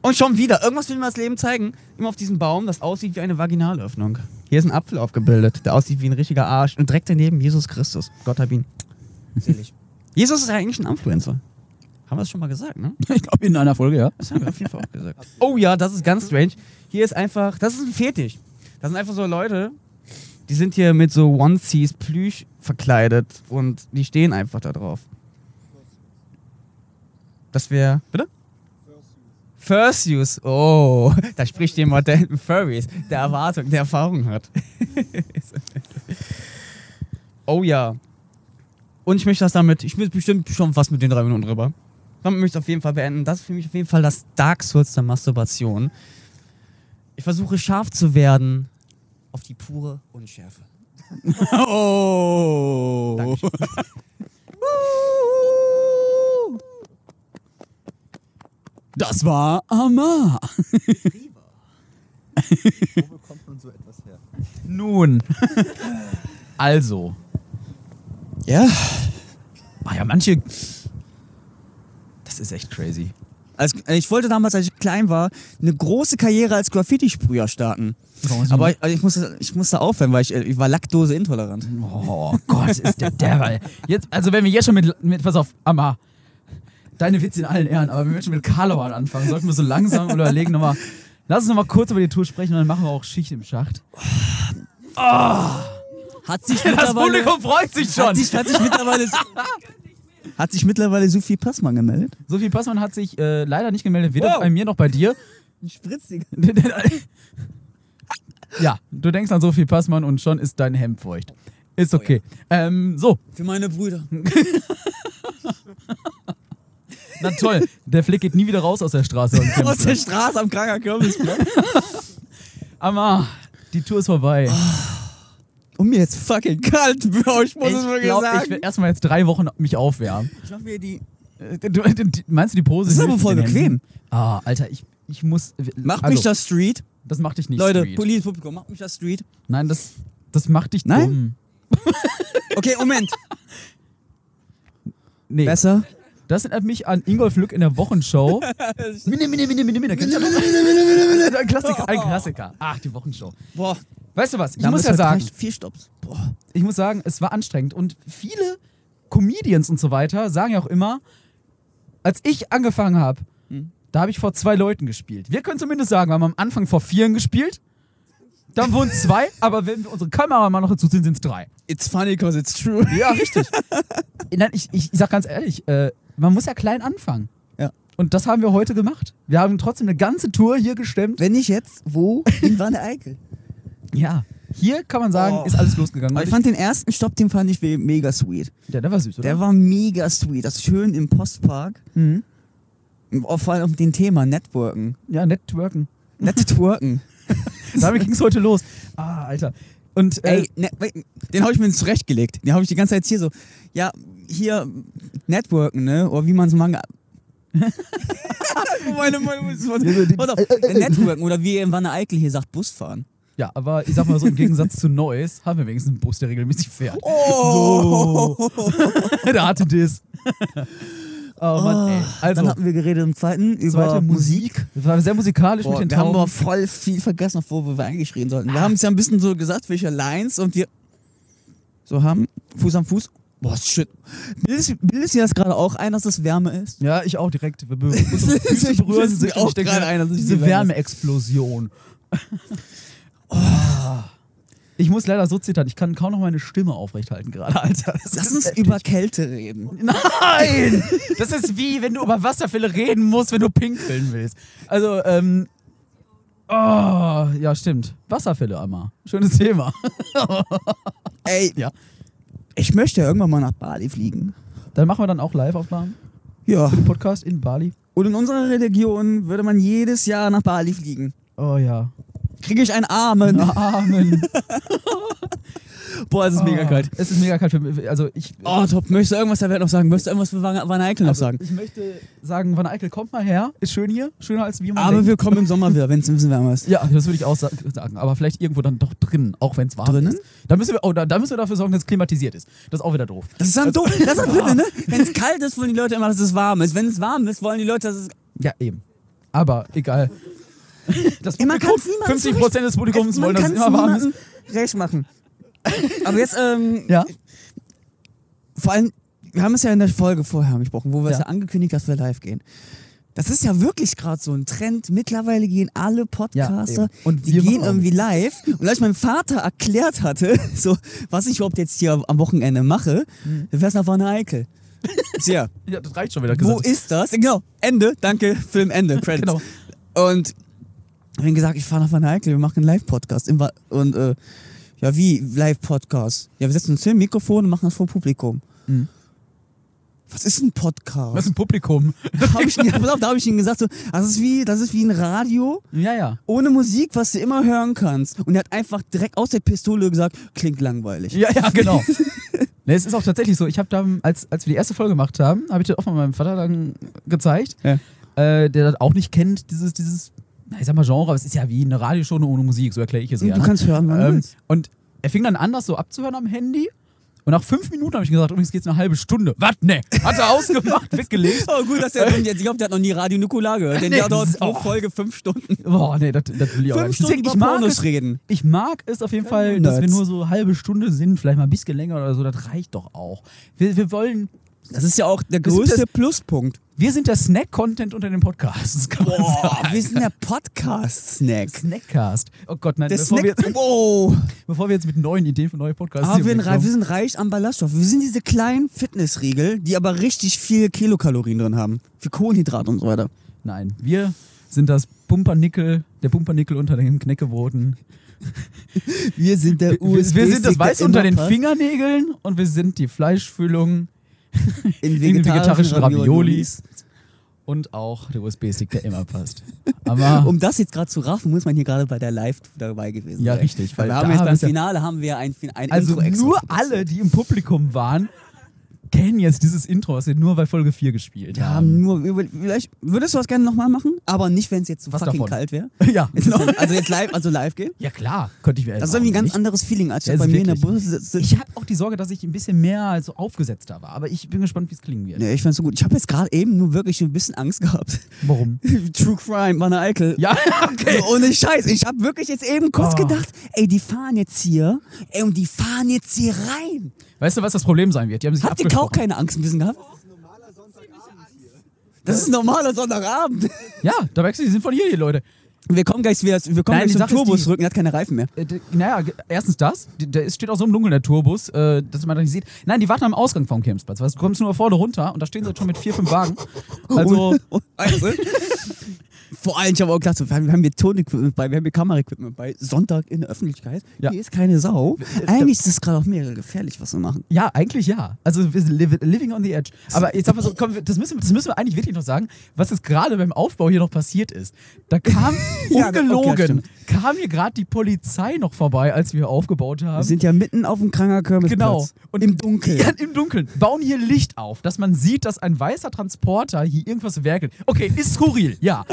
Speaker 3: Und schon wieder, irgendwas will mir das Leben zeigen. Immer auf diesem Baum, das aussieht wie eine Vaginalöffnung. Hier ist ein Apfel aufgebildet, der aussieht wie ein richtiger Arsch. Und direkt daneben Jesus Christus. Gott hab ihn. Selig. Jesus ist ja eigentlich ein Influencer. Haben wir das schon mal gesagt, ne?
Speaker 2: Ich glaube, in einer Folge, ja.
Speaker 3: Das haben wir auf jeden Fall auch gesagt. Oh ja, das ist ganz strange. Hier ist einfach, das ist ein Fetisch. Das sind einfach so Leute, die sind hier mit so Onesies Plüsch verkleidet und die stehen einfach da drauf. Das wäre, bitte? Fursuits. Oh, da spricht jemand, der Furries, der Erwartung, der Erfahrung hat. oh ja. Und ich möchte das damit, ich bin bestimmt schon fast mit den drei Minuten drüber. Damit möchte ich es auf jeden Fall beenden. Das ist für mich auf jeden Fall das Dark Souls der Masturbation. Ich versuche scharf zu werden auf die pure Unschärfe.
Speaker 2: Oh. Das war Amar.
Speaker 4: Wo kommt man so etwas her?
Speaker 2: Nun. Also.
Speaker 7: Ja.
Speaker 2: Ach ja, manche. Das ist echt crazy.
Speaker 7: Als, äh, ich wollte damals, als ich klein war, eine große Karriere als Graffiti-Sprüher starten. Aber ich, also ich, musste, ich musste aufhören, weil ich, äh, ich war Laktose-intolerant.
Speaker 2: Oh Gott, ist der derweil. Jetzt, also wenn wir jetzt schon mit, mit pass auf, Amma, deine Witze in allen Ehren, aber wenn wir jetzt schon mit Karlauer anfangen, sollten wir so langsam überlegen nochmal, lass uns nochmal kurz über die Tour sprechen und dann machen wir auch Schicht im Schacht.
Speaker 7: Ah.
Speaker 2: Oh.
Speaker 7: Hat sich
Speaker 2: Das
Speaker 7: mittlerweile,
Speaker 2: Publikum freut sich schon.
Speaker 7: hat sich, hat sich mittlerweile, hat sich mittlerweile Sophie Passmann gemeldet?
Speaker 2: Sophie Passmann hat sich äh, leider nicht gemeldet, weder
Speaker 7: Wow.
Speaker 2: bei mir noch bei dir.
Speaker 7: Ein Spritziger.
Speaker 2: ja, du denkst an Sophie Passmann und schon ist dein Hemd feucht. Ist
Speaker 7: Oh
Speaker 2: okay. ähm, so,
Speaker 7: Für meine Brüder.
Speaker 2: na toll. Der Flick geht nie wieder raus aus der Straße. Und
Speaker 7: Aus der
Speaker 2: kämpft.
Speaker 7: Straße am Kranger Kürbis.
Speaker 2: Amma, ah, die Tour ist vorbei.
Speaker 7: Oh, Und mir ist fucking kalt, Bro. Ich muss es
Speaker 2: ich
Speaker 7: wirklich
Speaker 2: glaube, ich
Speaker 7: sagen.
Speaker 2: werde erstmal jetzt drei Wochen mich aufwärmen.
Speaker 7: Ich mach mir die.
Speaker 2: Äh, Du, du, die- meinst du die Pose?
Speaker 7: Das ist
Speaker 2: hilft
Speaker 7: aber voll
Speaker 2: den Händen?
Speaker 7: bequem.
Speaker 2: Ah, Alter, ich, ich muss.
Speaker 7: Macht
Speaker 2: also,
Speaker 7: mich das Street.
Speaker 2: Das macht dich nicht.
Speaker 7: Leute,
Speaker 2: street.
Speaker 7: politisches Publikum, macht mich das Street.
Speaker 2: Nein, das, das macht dich dumm.
Speaker 7: Nein? Okay, Moment.
Speaker 2: Nee.
Speaker 7: Besser.
Speaker 2: Das erinnert mich an Ingolf Lück in der Wochenshow. mine, mine, mine, mine, mine. Kennst du das? Ein Klassiker, ein Klassiker. Ach, die Wochenshow.
Speaker 7: Oh. Boah,
Speaker 2: Weißt du was? Ich
Speaker 7: da
Speaker 2: muss
Speaker 7: haben
Speaker 2: ja
Speaker 7: wir
Speaker 2: sagen,
Speaker 7: halt vielleicht Vier Stops. Boah.
Speaker 2: ich muss sagen, es war anstrengend. Und viele Comedians und so weiter sagen ja auch immer, als ich angefangen habe,
Speaker 7: Hm.
Speaker 2: da habe ich vor zwei Leuten gespielt. Wir können zumindest sagen, wir haben am Anfang vor vieren gespielt, dann wurden es zwei, aber wenn wir unsere Kamera mal noch dazu ziehen, sind es drei.
Speaker 7: It's funny because it's true.
Speaker 2: Ja, richtig. Nein, ich, ich sag ganz ehrlich, äh, man muss ja klein anfangen.
Speaker 7: Ja.
Speaker 2: Und das haben wir heute gemacht. Wir haben trotzdem eine ganze Tour hier gestemmt.
Speaker 7: Wenn nicht jetzt, wo? In Wanne Eickel.
Speaker 2: Ja. Hier kann man sagen,
Speaker 7: Oh.
Speaker 2: ist alles losgegangen.
Speaker 7: Aber ich fand den ersten Stopp, den fand ich we- mega sweet.
Speaker 2: der, der war süß, oder?
Speaker 7: Der war mega sweet. Das schön im Postpark.
Speaker 2: Mhm.
Speaker 7: Auch Vor allem mit dem Thema Networken.
Speaker 2: ja, networken.
Speaker 7: Networken.
Speaker 2: Damit ging es heute los. Ah, Alter. Und äh,
Speaker 7: Ey, ne, wait, den habe ich mir zurechtgelegt. Den habe ich die ganze Zeit hier so, ja, hier Networken, ne? Oder wie man es mal. meine, meine, Warte auf, äh, Networken oder wie ihr in Wanne Eickel hier sagt, Bus fahren.
Speaker 2: ja, aber ich sag mal so, im Gegensatz zu Neues haben wir wenigstens einen Bus, der regelmäßig fährt.
Speaker 7: Oh!
Speaker 2: da hatte das. Oh Mann, ey.
Speaker 7: Dann
Speaker 2: Also,
Speaker 7: hatten wir geredet im zweiten über
Speaker 2: zweite Musik. Das war sehr musikalisch
Speaker 7: Boah,
Speaker 2: mit den Ah.
Speaker 7: wir haben aber
Speaker 2: Tauben.
Speaker 7: voll viel vergessen, obwohl wir eigentlich reden sollten. Wir haben es ja ein bisschen so gesagt, welche Lines und wir so haben, Fuß am Fuß. Boah, shit. Bildest, bildest du dir das gerade auch ein, dass das Wärme ist?
Speaker 2: Ja, ich auch direkt. Wir be- unsere Füße
Speaker 7: Ich
Speaker 2: berühren
Speaker 7: wissen
Speaker 2: sich
Speaker 7: mir auch
Speaker 2: und ich denke,
Speaker 7: gerade ein, dass es
Speaker 2: diese
Speaker 7: die Wärme ist.
Speaker 2: Wärmeexplosion.
Speaker 7: Oh.
Speaker 2: Ah. Ich muss leider so zittern. Ich kann kaum noch meine Stimme aufrechthalten gerade, Alter. Das
Speaker 7: Lass
Speaker 2: ist
Speaker 7: uns
Speaker 2: heftig.
Speaker 7: über Kälte reden.
Speaker 2: Nein! Das ist wie, wenn du über Wasserfälle reden musst, wenn du pinkeln willst. Also, ähm. Oh, ja, stimmt. Wasserfälle einmal. Schönes Thema.
Speaker 7: Ey,
Speaker 2: Ja. äh,
Speaker 7: ich möchte ja irgendwann mal nach Bali fliegen.
Speaker 2: Dann machen wir dann auch Live-Aufnahmen.
Speaker 7: Ja.
Speaker 2: Podcast in Bali.
Speaker 7: Und in unserer Religion würde man jedes Jahr nach Bali fliegen.
Speaker 2: Oh ja.
Speaker 7: Kriege ich einen Amen.
Speaker 2: Amen. Oh,
Speaker 7: Boah, es ist mega kalt.
Speaker 2: Es ist mega kalt für mich. Also ich.
Speaker 7: Oh, top. Möchtest du irgendwas der Welt noch sagen? Möchtest du irgendwas für Van Van Eickel noch sagen?
Speaker 2: Also, Ich möchte sagen, Van Eikel, kommt mal her. Ist schön hier. Schöner als wir. man
Speaker 7: Aber
Speaker 2: denkt.
Speaker 7: wir kommen im Sommer wieder, wenn es ein bisschen wärmer ist.
Speaker 2: Ja, das würde ich auch sa- sagen. Aber vielleicht irgendwo dann doch drinnen, auch wenn es warm
Speaker 7: Drinnen?
Speaker 2: ist. Da müssen wir, oh, da, da müssen wir dafür sorgen, dass es klimatisiert ist. Das ist auch wieder doof.
Speaker 7: Das ist dann doof. Das ist bitte, ne? Wenn es kalt ist, wollen die Leute immer, dass es warm ist. Wenn es warm ist, wollen die Leute, dass es.
Speaker 2: Ja, eben. Aber egal. Das
Speaker 7: Ey,
Speaker 2: Publikum,
Speaker 7: man kann's niemandem
Speaker 2: 50 Prozent des Publikums wollen, dass es immer warm ist.
Speaker 7: niemandem recht machen. Aber jetzt, ähm,
Speaker 2: Ja.
Speaker 7: vor allem, wir haben es ja in der Folge vorher angesprochen, wo wir es
Speaker 2: Ja.
Speaker 7: ja angekündigt haben, dass wir live gehen. Das ist ja wirklich gerade so ein Trend. Mittlerweile gehen alle Podcaster,
Speaker 2: eben. Und
Speaker 7: die
Speaker 2: wir
Speaker 7: gehen
Speaker 2: machen auch
Speaker 7: irgendwie live. Und als ich meinem Vater erklärt hatte, so, was ich überhaupt jetzt hier am Wochenende mache,
Speaker 2: Mhm.
Speaker 7: wir fährst nach Van Eickel. Tja,
Speaker 2: Ja, das reicht schon wieder.
Speaker 7: wo
Speaker 2: gesagt.
Speaker 7: ist das? Genau, Ende, danke, Film, Ende, Credits.
Speaker 2: Genau.
Speaker 7: Und ich habe gesagt, ich fahre nach Van Eickel, wir machen einen Live-Podcast. im Wa- Und äh, ja, wie Live-Podcast? Ja, wir setzen uns hin, Mikrofon und machen das vor Publikum. Was ist ein
Speaker 2: Das
Speaker 7: Podcast?
Speaker 2: Mhm. ist ein Publikum.
Speaker 7: hab ich, ja, pass auf, da habe ich ihm gesagt, so, das, ist wie, das ist wie ein Radio
Speaker 2: Ja, ja.
Speaker 7: ohne Musik, was du immer hören kannst. Und er hat einfach direkt aus der Pistole gesagt, klingt langweilig.
Speaker 2: Ja, ja, genau. ne, es ist auch tatsächlich so. Ich habe dann, als, als wir die erste Folge gemacht haben, habe ich das auch mal meinem Vater dann gezeigt,
Speaker 7: Ja.
Speaker 2: äh, der das auch nicht kennt, dieses, dieses, na, ich sag mal Genre, aber es ist ja wie eine Radioshow nur ohne Musik, so erkläre ich es
Speaker 7: Und
Speaker 2: ja.
Speaker 7: du
Speaker 2: ne?
Speaker 7: kannst hören, wann du
Speaker 2: ähm,
Speaker 7: willst.
Speaker 2: Und er fing dann an, das so abzuhören am Handy. Und nach fünf Minuten habe ich gesagt, übrigens geht's eine halbe Stunde. Was? Ne? Hat er ausgemacht, weggelegt.
Speaker 7: Oh, gut, dass der Ding jetzt, ich glaube, der hat noch nie Radio Nukular gehört, denn
Speaker 2: Nee,
Speaker 7: der dauert
Speaker 2: so.
Speaker 7: pro Folge fünf Stunden.
Speaker 2: Boah, nee, das, das will ich auch
Speaker 7: Fünf
Speaker 2: nicht.
Speaker 7: Stunden
Speaker 2: Deswegen,
Speaker 7: über
Speaker 2: ich mag
Speaker 7: Pornos
Speaker 2: es,
Speaker 7: reden.
Speaker 2: Ich mag es auf jeden Fall, dass wir
Speaker 7: Nerds.
Speaker 2: nur so eine halbe Stunde sind, vielleicht mal ein bisschen länger oder so, das reicht doch auch. Wir, wir wollen,
Speaker 7: Das ist ja auch der
Speaker 2: Das ist
Speaker 7: größte
Speaker 2: das-
Speaker 7: Pluspunkt.
Speaker 2: wir sind der Snack-Content unter den Podcasts, kann man
Speaker 7: Boah,
Speaker 2: sagen.
Speaker 7: wir sind der Podcast-Snack.
Speaker 2: Snackcast. Oh Gott, nein,
Speaker 7: Der
Speaker 2: bevor,
Speaker 7: Snack.
Speaker 2: Wir,
Speaker 7: Oh.
Speaker 2: bevor wir jetzt mit neuen Ideen für neue Podcasts
Speaker 7: Aber
Speaker 2: hier
Speaker 7: Ah, wir, sind rei- wir
Speaker 2: wegkommen.
Speaker 7: sind reich an Ballaststoff. Wir sind diese kleinen Fitnessriegel, die aber richtig viel Kilokalorien drin haben. Für Kohlenhydrat und so weiter.
Speaker 2: Nein, wir sind das Pumpernickel, der Pumpernickel unter den Knäckewoten.
Speaker 7: Wir sind der
Speaker 2: Wir, wir
Speaker 7: USB.
Speaker 2: sind das Weiß unter den Fingernägeln und wir sind die Fleischfüllung
Speaker 7: in
Speaker 2: vegetarischen
Speaker 7: vegetarischen
Speaker 2: Raviolis.
Speaker 7: Raviolis.
Speaker 2: und auch der USB-Stick, der immer passt. Aber
Speaker 7: Um das jetzt gerade zu raffen, muss man hier gerade bei der Live dabei gewesen
Speaker 2: Ja,
Speaker 7: sein.
Speaker 2: richtig,
Speaker 7: Weil
Speaker 2: weil
Speaker 7: wir haben
Speaker 2: da
Speaker 7: jetzt beim
Speaker 2: ist ja-
Speaker 7: Finale haben wir ein, Fin- ein
Speaker 2: also
Speaker 7: Intro extra.
Speaker 2: nur alle, die im Publikum waren, kennen jetzt dieses Intro, was wir nur bei Folge 4 gespielt
Speaker 7: Ja,
Speaker 2: haben.
Speaker 7: nur über, vielleicht würdest du das gerne nochmal machen, aber nicht, wenn es jetzt so
Speaker 2: Was
Speaker 7: fucking
Speaker 2: davon?
Speaker 7: kalt wäre.
Speaker 2: Ja, genau.
Speaker 7: Also jetzt live, also live gehen.
Speaker 2: Ja klar, könnte ich mir
Speaker 7: Das ist irgendwie ein ganz anderes Feeling, als ich
Speaker 2: Das
Speaker 7: bei
Speaker 2: ist
Speaker 7: mir in der
Speaker 2: wirklich-
Speaker 7: Bus sitze.
Speaker 2: Ich habe auch die Sorge, dass ich ein bisschen mehr so aufgesetzter war, aber ich bin gespannt, wie es klingen wird.
Speaker 7: Nee, ich fand's so gut. Ich habe jetzt gerade eben nur wirklich ein bisschen Angst gehabt.
Speaker 2: Warum?
Speaker 7: True Crime, Wanne Eikel.
Speaker 2: Ja, okay.
Speaker 7: So, ohne Scheiß. Ich habe wirklich jetzt eben kurz
Speaker 2: Oh.
Speaker 7: gedacht, ey, die fahren jetzt hier, ey, und die fahren jetzt hier rein.
Speaker 2: Weißt du, was das Problem sein wird? Die haben sich
Speaker 7: Habt ihr
Speaker 2: abgesprochen.
Speaker 7: auch keine Angst ein bisschen gehabt? Das ist ein normaler Sonntagabend.
Speaker 2: Ja, da merkst du, die sind von hier, die Leute.
Speaker 7: Wir kommen gleich wieder, wir kommen
Speaker 2: Nein, die
Speaker 7: gleich zum
Speaker 2: Sache ist die-
Speaker 7: Turbusrücken, der hat keine Reifen mehr.
Speaker 2: Äh, d- Naja, g- erstens das. D- Da ist- steht auch so im Dunkeln der Tourbus, äh, dass man das nicht sieht. Nein, die warten am Ausgang vom Campsplatz. Weißt, du du kommst nur vorne runter und da stehen sie jetzt schon mit vier, fünf Wagen.
Speaker 7: Oh,
Speaker 2: Also,
Speaker 7: Und- weißt du? Vor allem, ich habe auch gedacht, so, wir haben wir haben hier Tonequipment bei, wir haben hier Kameraequipment bei. Sonntag in der Öffentlichkeit,
Speaker 2: Ja.
Speaker 7: hier ist keine Sau. Eigentlich ist es gerade auch mega gefährlich, was wir machen.
Speaker 2: ja, eigentlich ja. Also, wir sind liv living on the edge. Aber jetzt sag mal so, komm, wir- das müssen, wir- das müssen wir eigentlich wirklich noch sagen, was jetzt gerade beim Aufbau hier noch passiert ist. Da kam,
Speaker 7: Ja, okay,
Speaker 2: ungelogen,
Speaker 7: stimmt.
Speaker 2: kam hier gerade die Polizei noch vorbei, als wir aufgebaut haben.
Speaker 7: Wir sind ja mitten auf dem Krankerkirmes.
Speaker 2: Ähm, Genau.
Speaker 7: Und im Dunkeln.
Speaker 2: Ja, im Dunkeln. Bauen hier Licht auf, dass man sieht, dass ein weißer Transporter hier irgendwas werkelt. Okay, ist skurril, ja.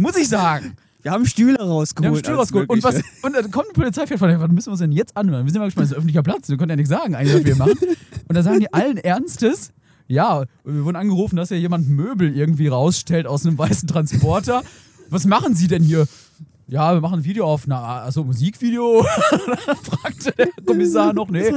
Speaker 2: Muss ich sagen.
Speaker 7: Wir haben Stühle
Speaker 2: Wir haben
Speaker 7: rausgeholt.
Speaker 2: Stuhl
Speaker 7: alles
Speaker 2: rausgeholt. Und, was,
Speaker 7: Mögliche.
Speaker 2: und dann kommt die Polizei fährt von der, was müssen wir uns denn jetzt anhören? Wir sind mal gespannt, das ist öffentlicher Platz, wir können ja nichts sagen, eigentlich, was wir machen. Und da sagen die allen Ernstes, ja, wir wurden angerufen, dass hier jemand Möbel irgendwie rausstellt aus einem weißen Transporter. Was machen Sie denn hier? Ja, wir machen ein Video auf, na, also Musikvideo. fragte der Kommissar noch, nee.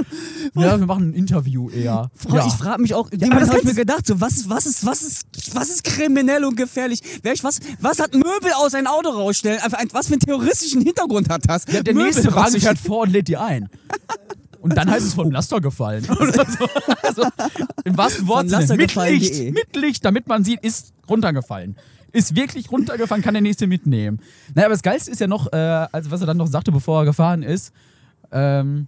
Speaker 2: Ja, wir machen ein Interview eher.
Speaker 7: Frau,
Speaker 2: ja.
Speaker 7: Ich frage mich auch, in dem
Speaker 2: aber
Speaker 7: Moment
Speaker 2: das
Speaker 7: habe ich mir
Speaker 2: kannst-
Speaker 7: gedacht, so, was, ist- was, ist, was, ist, was ist kriminell und gefährlich? Welch, was, was hat Möbel aus einem Auto rausstellen? Einfach ein, was für einen terroristischen Hintergrund hat das?
Speaker 2: Ja, der
Speaker 7: Möbel
Speaker 2: nächste Wagen
Speaker 7: rausstellen.
Speaker 2: fährt vor und lädt die ein. Und dann heißt es vom Laster gefallen. Oder so. also, Im wahrsten Wort
Speaker 7: Laster E.
Speaker 2: mit
Speaker 7: gefallen.de.
Speaker 2: Licht, mit Licht, damit man sieht, ist runtergefallen. Ist wirklich runtergefallen, kann der nächste mitnehmen. Naja, aber das Geilste ist ja noch, äh, also was er dann noch sagte, bevor er gefahren ist. Ähm,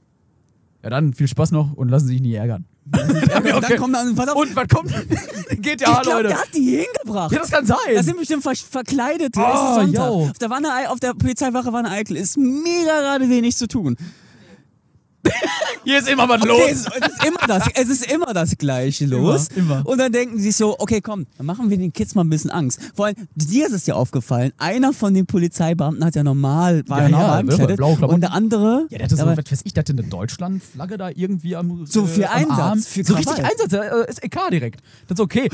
Speaker 2: ja, dann viel Spaß noch und lassen Sie sich nie ärgern.
Speaker 7: Und dann
Speaker 2: okay.
Speaker 7: kommt dann, pass auf,
Speaker 2: Und was kommt?
Speaker 7: ich
Speaker 2: GTA,
Speaker 7: glaube,
Speaker 2: Leute.
Speaker 7: der hat die hingebracht.
Speaker 2: Ja, das kann sein.
Speaker 7: Das sind bestimmt ver verkleidete.
Speaker 2: Oh,
Speaker 7: es ist Sonntag.
Speaker 2: yo.
Speaker 7: Auf der, Wanne, auf der Polizeiwache Wanne Eickel ist mega gerade wenig zu tun.
Speaker 2: Hier ist immer was
Speaker 7: Es, es, ist immer das, es ist immer das Gleiche los.
Speaker 2: Immer, immer.
Speaker 7: Und dann denken sie sich so, okay, komm, dann machen wir den Kids mal ein bisschen Angst. Vor allem, dir ist es ja aufgefallen, einer von den Polizeibeamten hat ja normal, war
Speaker 2: Ja, ja,
Speaker 7: ja, normal
Speaker 2: selber,
Speaker 7: angekleidet.
Speaker 2: blaue Klamotten.
Speaker 7: Und der andere,
Speaker 2: Ja, der hatte so,
Speaker 7: aber-
Speaker 2: was weiß ich, der hatte eine Deutschlandflagge da irgendwie am äh,
Speaker 7: So viel
Speaker 2: am
Speaker 7: Einsatz,
Speaker 2: Arm.
Speaker 7: viel
Speaker 2: so richtig
Speaker 7: Krawall.
Speaker 2: Einsatz, äh, ist EK direkt. Das ist okay.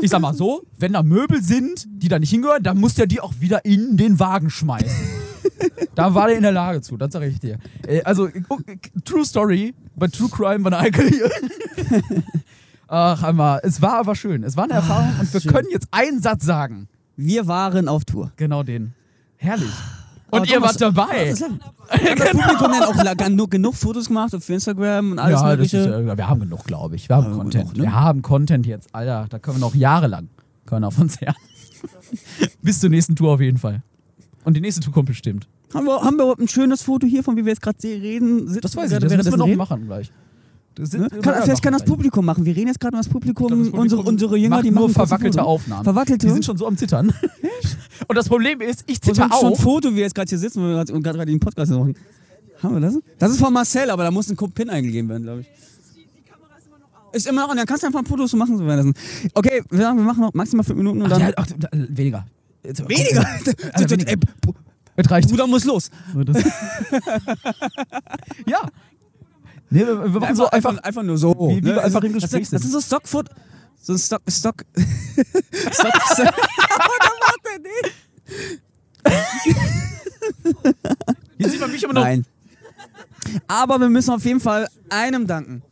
Speaker 2: ich sag mal so, wenn da Möbel sind, die da nicht hingehören, dann muss der die auch wieder in den Wagen schmeißen. da war der in der Lage zu, das sag ich dir. Äh, also, äh, oh, äh, True Story, bei True Crime war eine Eichel hier. Ach, einmal. Es war aber schön. Es war eine Erfahrung und wir können jetzt einen Satz sagen.
Speaker 7: wir waren auf Tour.
Speaker 2: Genau den. Herrlich. Und
Speaker 7: Aber
Speaker 2: ihr
Speaker 7: Thomas,
Speaker 2: wart dabei.
Speaker 7: Das haben das
Speaker 2: Genau.
Speaker 7: Publikum dann auch la- genug, genug Fotos gemacht auf Instagram und alles
Speaker 2: ja,
Speaker 7: mögliche.
Speaker 2: Das ist, äh, wir haben genug, glaube ich. Wir haben
Speaker 7: genug,
Speaker 2: Content.
Speaker 7: ne?
Speaker 2: Wir haben Content jetzt, Alter. Da können wir noch jahrelang können wir auf uns her. Bis zur nächsten Tour auf jeden Fall. Und die nächste Tour kommt bestimmt.
Speaker 7: haben, wir, haben wir überhaupt ein schönes Foto hier, von wie wir jetzt gerade reden? Sitzen wir gerade
Speaker 2: Das müssen wir
Speaker 7: währenddessen
Speaker 2: noch
Speaker 7: reden?
Speaker 2: machen gleich. Das sind-
Speaker 7: Ne?
Speaker 2: wir
Speaker 7: Kann,
Speaker 2: machen
Speaker 7: vielleicht kann das
Speaker 2: gleich.
Speaker 7: Publikum machen. Wir reden jetzt gerade mal das Publikum.
Speaker 2: Das Publikum
Speaker 7: unsere, unsere Jünger,
Speaker 2: macht
Speaker 7: die
Speaker 2: nur
Speaker 7: machen kurz ein
Speaker 2: verwackelte
Speaker 7: Foto.
Speaker 2: Aufnahmen.
Speaker 7: Verwackelte.
Speaker 2: Die sind schon so am Zittern. Und das Problem ist, ich
Speaker 7: Wo
Speaker 2: zitter
Speaker 7: sind schon
Speaker 2: auch.
Speaker 7: Foto, wie wir jetzt gerade hier sitzen, wo wir gerade- und gerade gerade den Podcast machen. Haben wir das? Das ist von Marcel, aber da muss ein Pin eingegeben werden, glaube ich. Ist immer noch an, dann kannst du einfach ein Foto so machen. So werden lassen. Okay, wir sagen, wir machen noch maximal fünf Minuten und
Speaker 2: Ach,
Speaker 7: dann.
Speaker 2: ja, ach, da- weniger. Jetzt-
Speaker 7: weniger!
Speaker 2: Alter, weniger. Also,
Speaker 7: Ey, Br-
Speaker 2: Es reicht.
Speaker 7: Bruder muss los.
Speaker 2: Ja. Nee, wir, wir machen so einfach.
Speaker 7: einfach nur so. ne? Also,
Speaker 2: Wie- wie wir einfach im
Speaker 7: das
Speaker 2: Gespräch
Speaker 7: sind, das
Speaker 2: sind.
Speaker 7: sind so Stockfoot. So ein Stock. Stock. Stock. Stock.
Speaker 2: Jetzt sieht man mich immer noch.
Speaker 7: Nein. Aber wir müssen auf jeden Fall einem danken.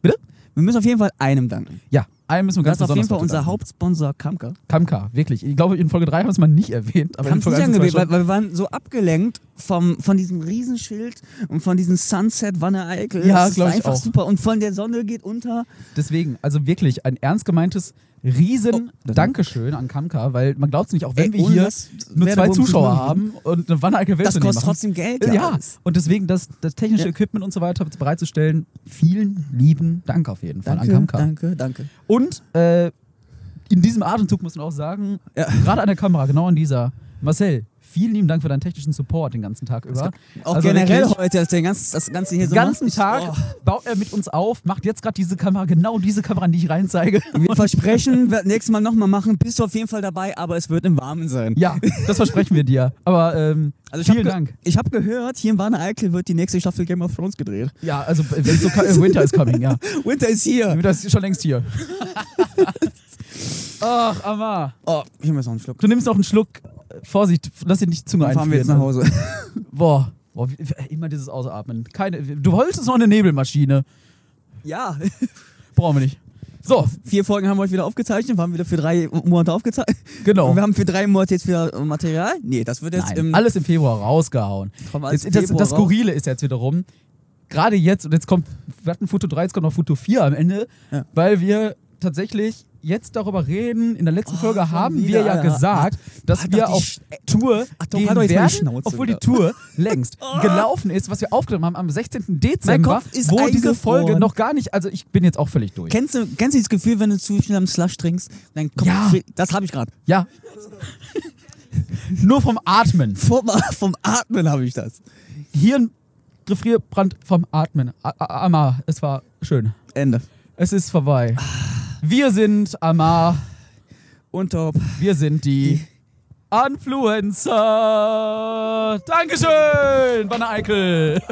Speaker 2: Bitte?
Speaker 7: Wir müssen auf jeden Fall einem danken.
Speaker 2: Ja, einem müssen wir ganz
Speaker 7: Das ist auf jeden
Speaker 2: besonders
Speaker 7: Fall
Speaker 2: heute
Speaker 7: unser
Speaker 2: danken.
Speaker 7: Hauptsponsor Kamka.
Speaker 2: Kamka, wirklich. Ich glaube, in Folge 3 haben wir es mal nicht erwähnt. Aber
Speaker 7: Wir haben
Speaker 2: in
Speaker 7: es nicht
Speaker 2: Folge 1
Speaker 7: angewählt,
Speaker 2: und 2
Speaker 7: weil, weil wir waren so abgelenkt vom, von diesem Riesenschild und von diesem Sunset Wanne Eickel.
Speaker 2: Ja,
Speaker 7: Das ist
Speaker 2: glaub ich
Speaker 7: einfach
Speaker 2: auch.
Speaker 7: super. Und von der Sonne geht unter.
Speaker 2: schon. Deswegen, also wirklich ein ernst gemeintes Riesen-Dankeschön an Kamka, weil man glaubt es nicht, auch wenn
Speaker 7: Oh, Ey,
Speaker 2: wir
Speaker 7: ohne
Speaker 2: hier
Speaker 7: das
Speaker 2: nur
Speaker 7: wäre
Speaker 2: zwei
Speaker 7: der Wurm
Speaker 2: Zuschauer
Speaker 7: zu
Speaker 2: haben und eine Wanne-Eickel
Speaker 7: Das
Speaker 2: Welttournee
Speaker 7: kostet
Speaker 2: machen.
Speaker 7: trotzdem Geld.
Speaker 2: Ja,
Speaker 7: alles.
Speaker 2: und deswegen das, das technische
Speaker 7: Ja.
Speaker 2: Equipment und so weiter bereitzustellen, vielen lieben Dank auf jeden Fall an
Speaker 7: Danke,
Speaker 2: Kamka.
Speaker 7: danke, danke.
Speaker 2: Und äh, in diesem Atemzug muss man auch sagen,
Speaker 7: Ja.
Speaker 2: gerade an der Kamera, genau an dieser, Marcel, vielen lieben Dank für deinen technischen Support den ganzen Tag über.
Speaker 7: Auch
Speaker 2: Also
Speaker 7: generell
Speaker 2: wirklich,
Speaker 7: heute, dass der ganze, das Ganze hier
Speaker 2: Den
Speaker 7: so
Speaker 2: ganzen
Speaker 7: macht.
Speaker 2: Tag
Speaker 7: Oh.
Speaker 2: baut er mit uns auf, macht jetzt gerade diese Kamera, genau diese Kamera, in die ich reinzeige.
Speaker 7: Wir versprechen, wir nächstes Mal nochmal machen. Bist du auf jeden Fall dabei, aber es wird im Warmen sein.
Speaker 2: Ja, das versprechen wir dir. Aber ähm,
Speaker 7: Also ich hab
Speaker 2: vielen
Speaker 7: ge-
Speaker 2: Dank.
Speaker 7: Ich habe gehört, hier in Warne Eickel wird die nächste Staffel Game of Thrones gedreht.
Speaker 2: Ja, also wenn so ka- äh, Winter is coming, ja.
Speaker 7: Winter is here.
Speaker 2: Winter ist schon längst hier. Ach, Amma.
Speaker 7: Oh, ich habe jetzt noch einen Schluck.
Speaker 2: Du nimmst noch einen Schluck. Vorsicht, lass dir nicht die Zunge
Speaker 7: Dann fahren wir jetzt nach
Speaker 2: einfrieren.
Speaker 7: Hause.
Speaker 2: Boah. Boah, wie- wie- immer dieses Ausatmen. Keine, du wolltest noch eine Nebelmaschine.
Speaker 7: ja,
Speaker 2: Brauchen wir nicht. So,
Speaker 7: vier Folgen haben wir euch wieder aufgezeichnet. Wir haben wieder für drei Monate aufgezeichnet.
Speaker 2: genau.
Speaker 7: Und wir haben für drei Monate jetzt wieder Material. Nee, das wird jetzt
Speaker 2: Nein,
Speaker 7: im...
Speaker 2: alles im Februar rausgehauen.
Speaker 7: Komm, alles
Speaker 2: Jetzt,
Speaker 7: im
Speaker 2: das,
Speaker 7: Februar
Speaker 2: das
Speaker 7: raus.
Speaker 2: Skurrile ist jetzt wiederum, gerade jetzt, und jetzt kommt, wir hatten Foto 3, jetzt kommt noch Foto 4 am Ende,
Speaker 7: Ja.
Speaker 2: weil wir tatsächlich jetzt darüber reden. In der letzten
Speaker 7: Oh,
Speaker 2: Folge
Speaker 7: schon
Speaker 2: haben wir
Speaker 7: wieder,
Speaker 2: ja
Speaker 7: Alter.
Speaker 2: gesagt, dass
Speaker 7: Hat doch
Speaker 2: wir
Speaker 7: die
Speaker 2: auf
Speaker 7: Sch-
Speaker 2: Tour
Speaker 7: Ach, doch,
Speaker 2: gehen
Speaker 7: hat doch jetzt mal die
Speaker 2: werden,
Speaker 7: Schnauze
Speaker 2: obwohl
Speaker 7: wieder.
Speaker 2: die Tour längst gelaufen ist, was wir aufgenommen haben am 16. Dezember,
Speaker 7: Kopf ist
Speaker 2: wo diese
Speaker 7: eingefroren.
Speaker 2: Folge noch gar nicht, also ich bin jetzt auch völlig durch.
Speaker 7: Kennst du, kennst du dieses Gefühl, wenn du zu schnell am Slush trinkst? Dann kommt
Speaker 2: Ja.
Speaker 7: Das habe ich gerade.
Speaker 2: ja. Nur vom Atmen.
Speaker 7: Vom, vom Atmen habe ich das.
Speaker 2: Hirn Gefrierbrand vom Atmen. A- A- Amar, es war schön.
Speaker 7: Ende.
Speaker 2: Es ist vorbei. Wir sind Amar.
Speaker 7: Und top.
Speaker 2: Wir sind die Influencer. Dankeschön, Banner Eichel.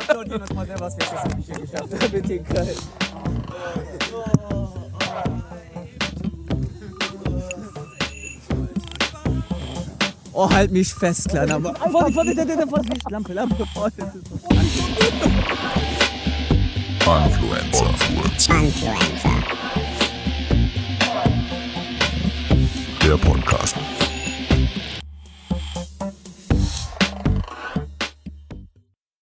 Speaker 7: Oh, halt mich fest, kleiner Mann. Vorsicht, Vorsicht, Vorsicht, Vorsicht, Lampe, Lampe, Vorsicht.
Speaker 8: Influencer. Influencer.
Speaker 1: Influencer.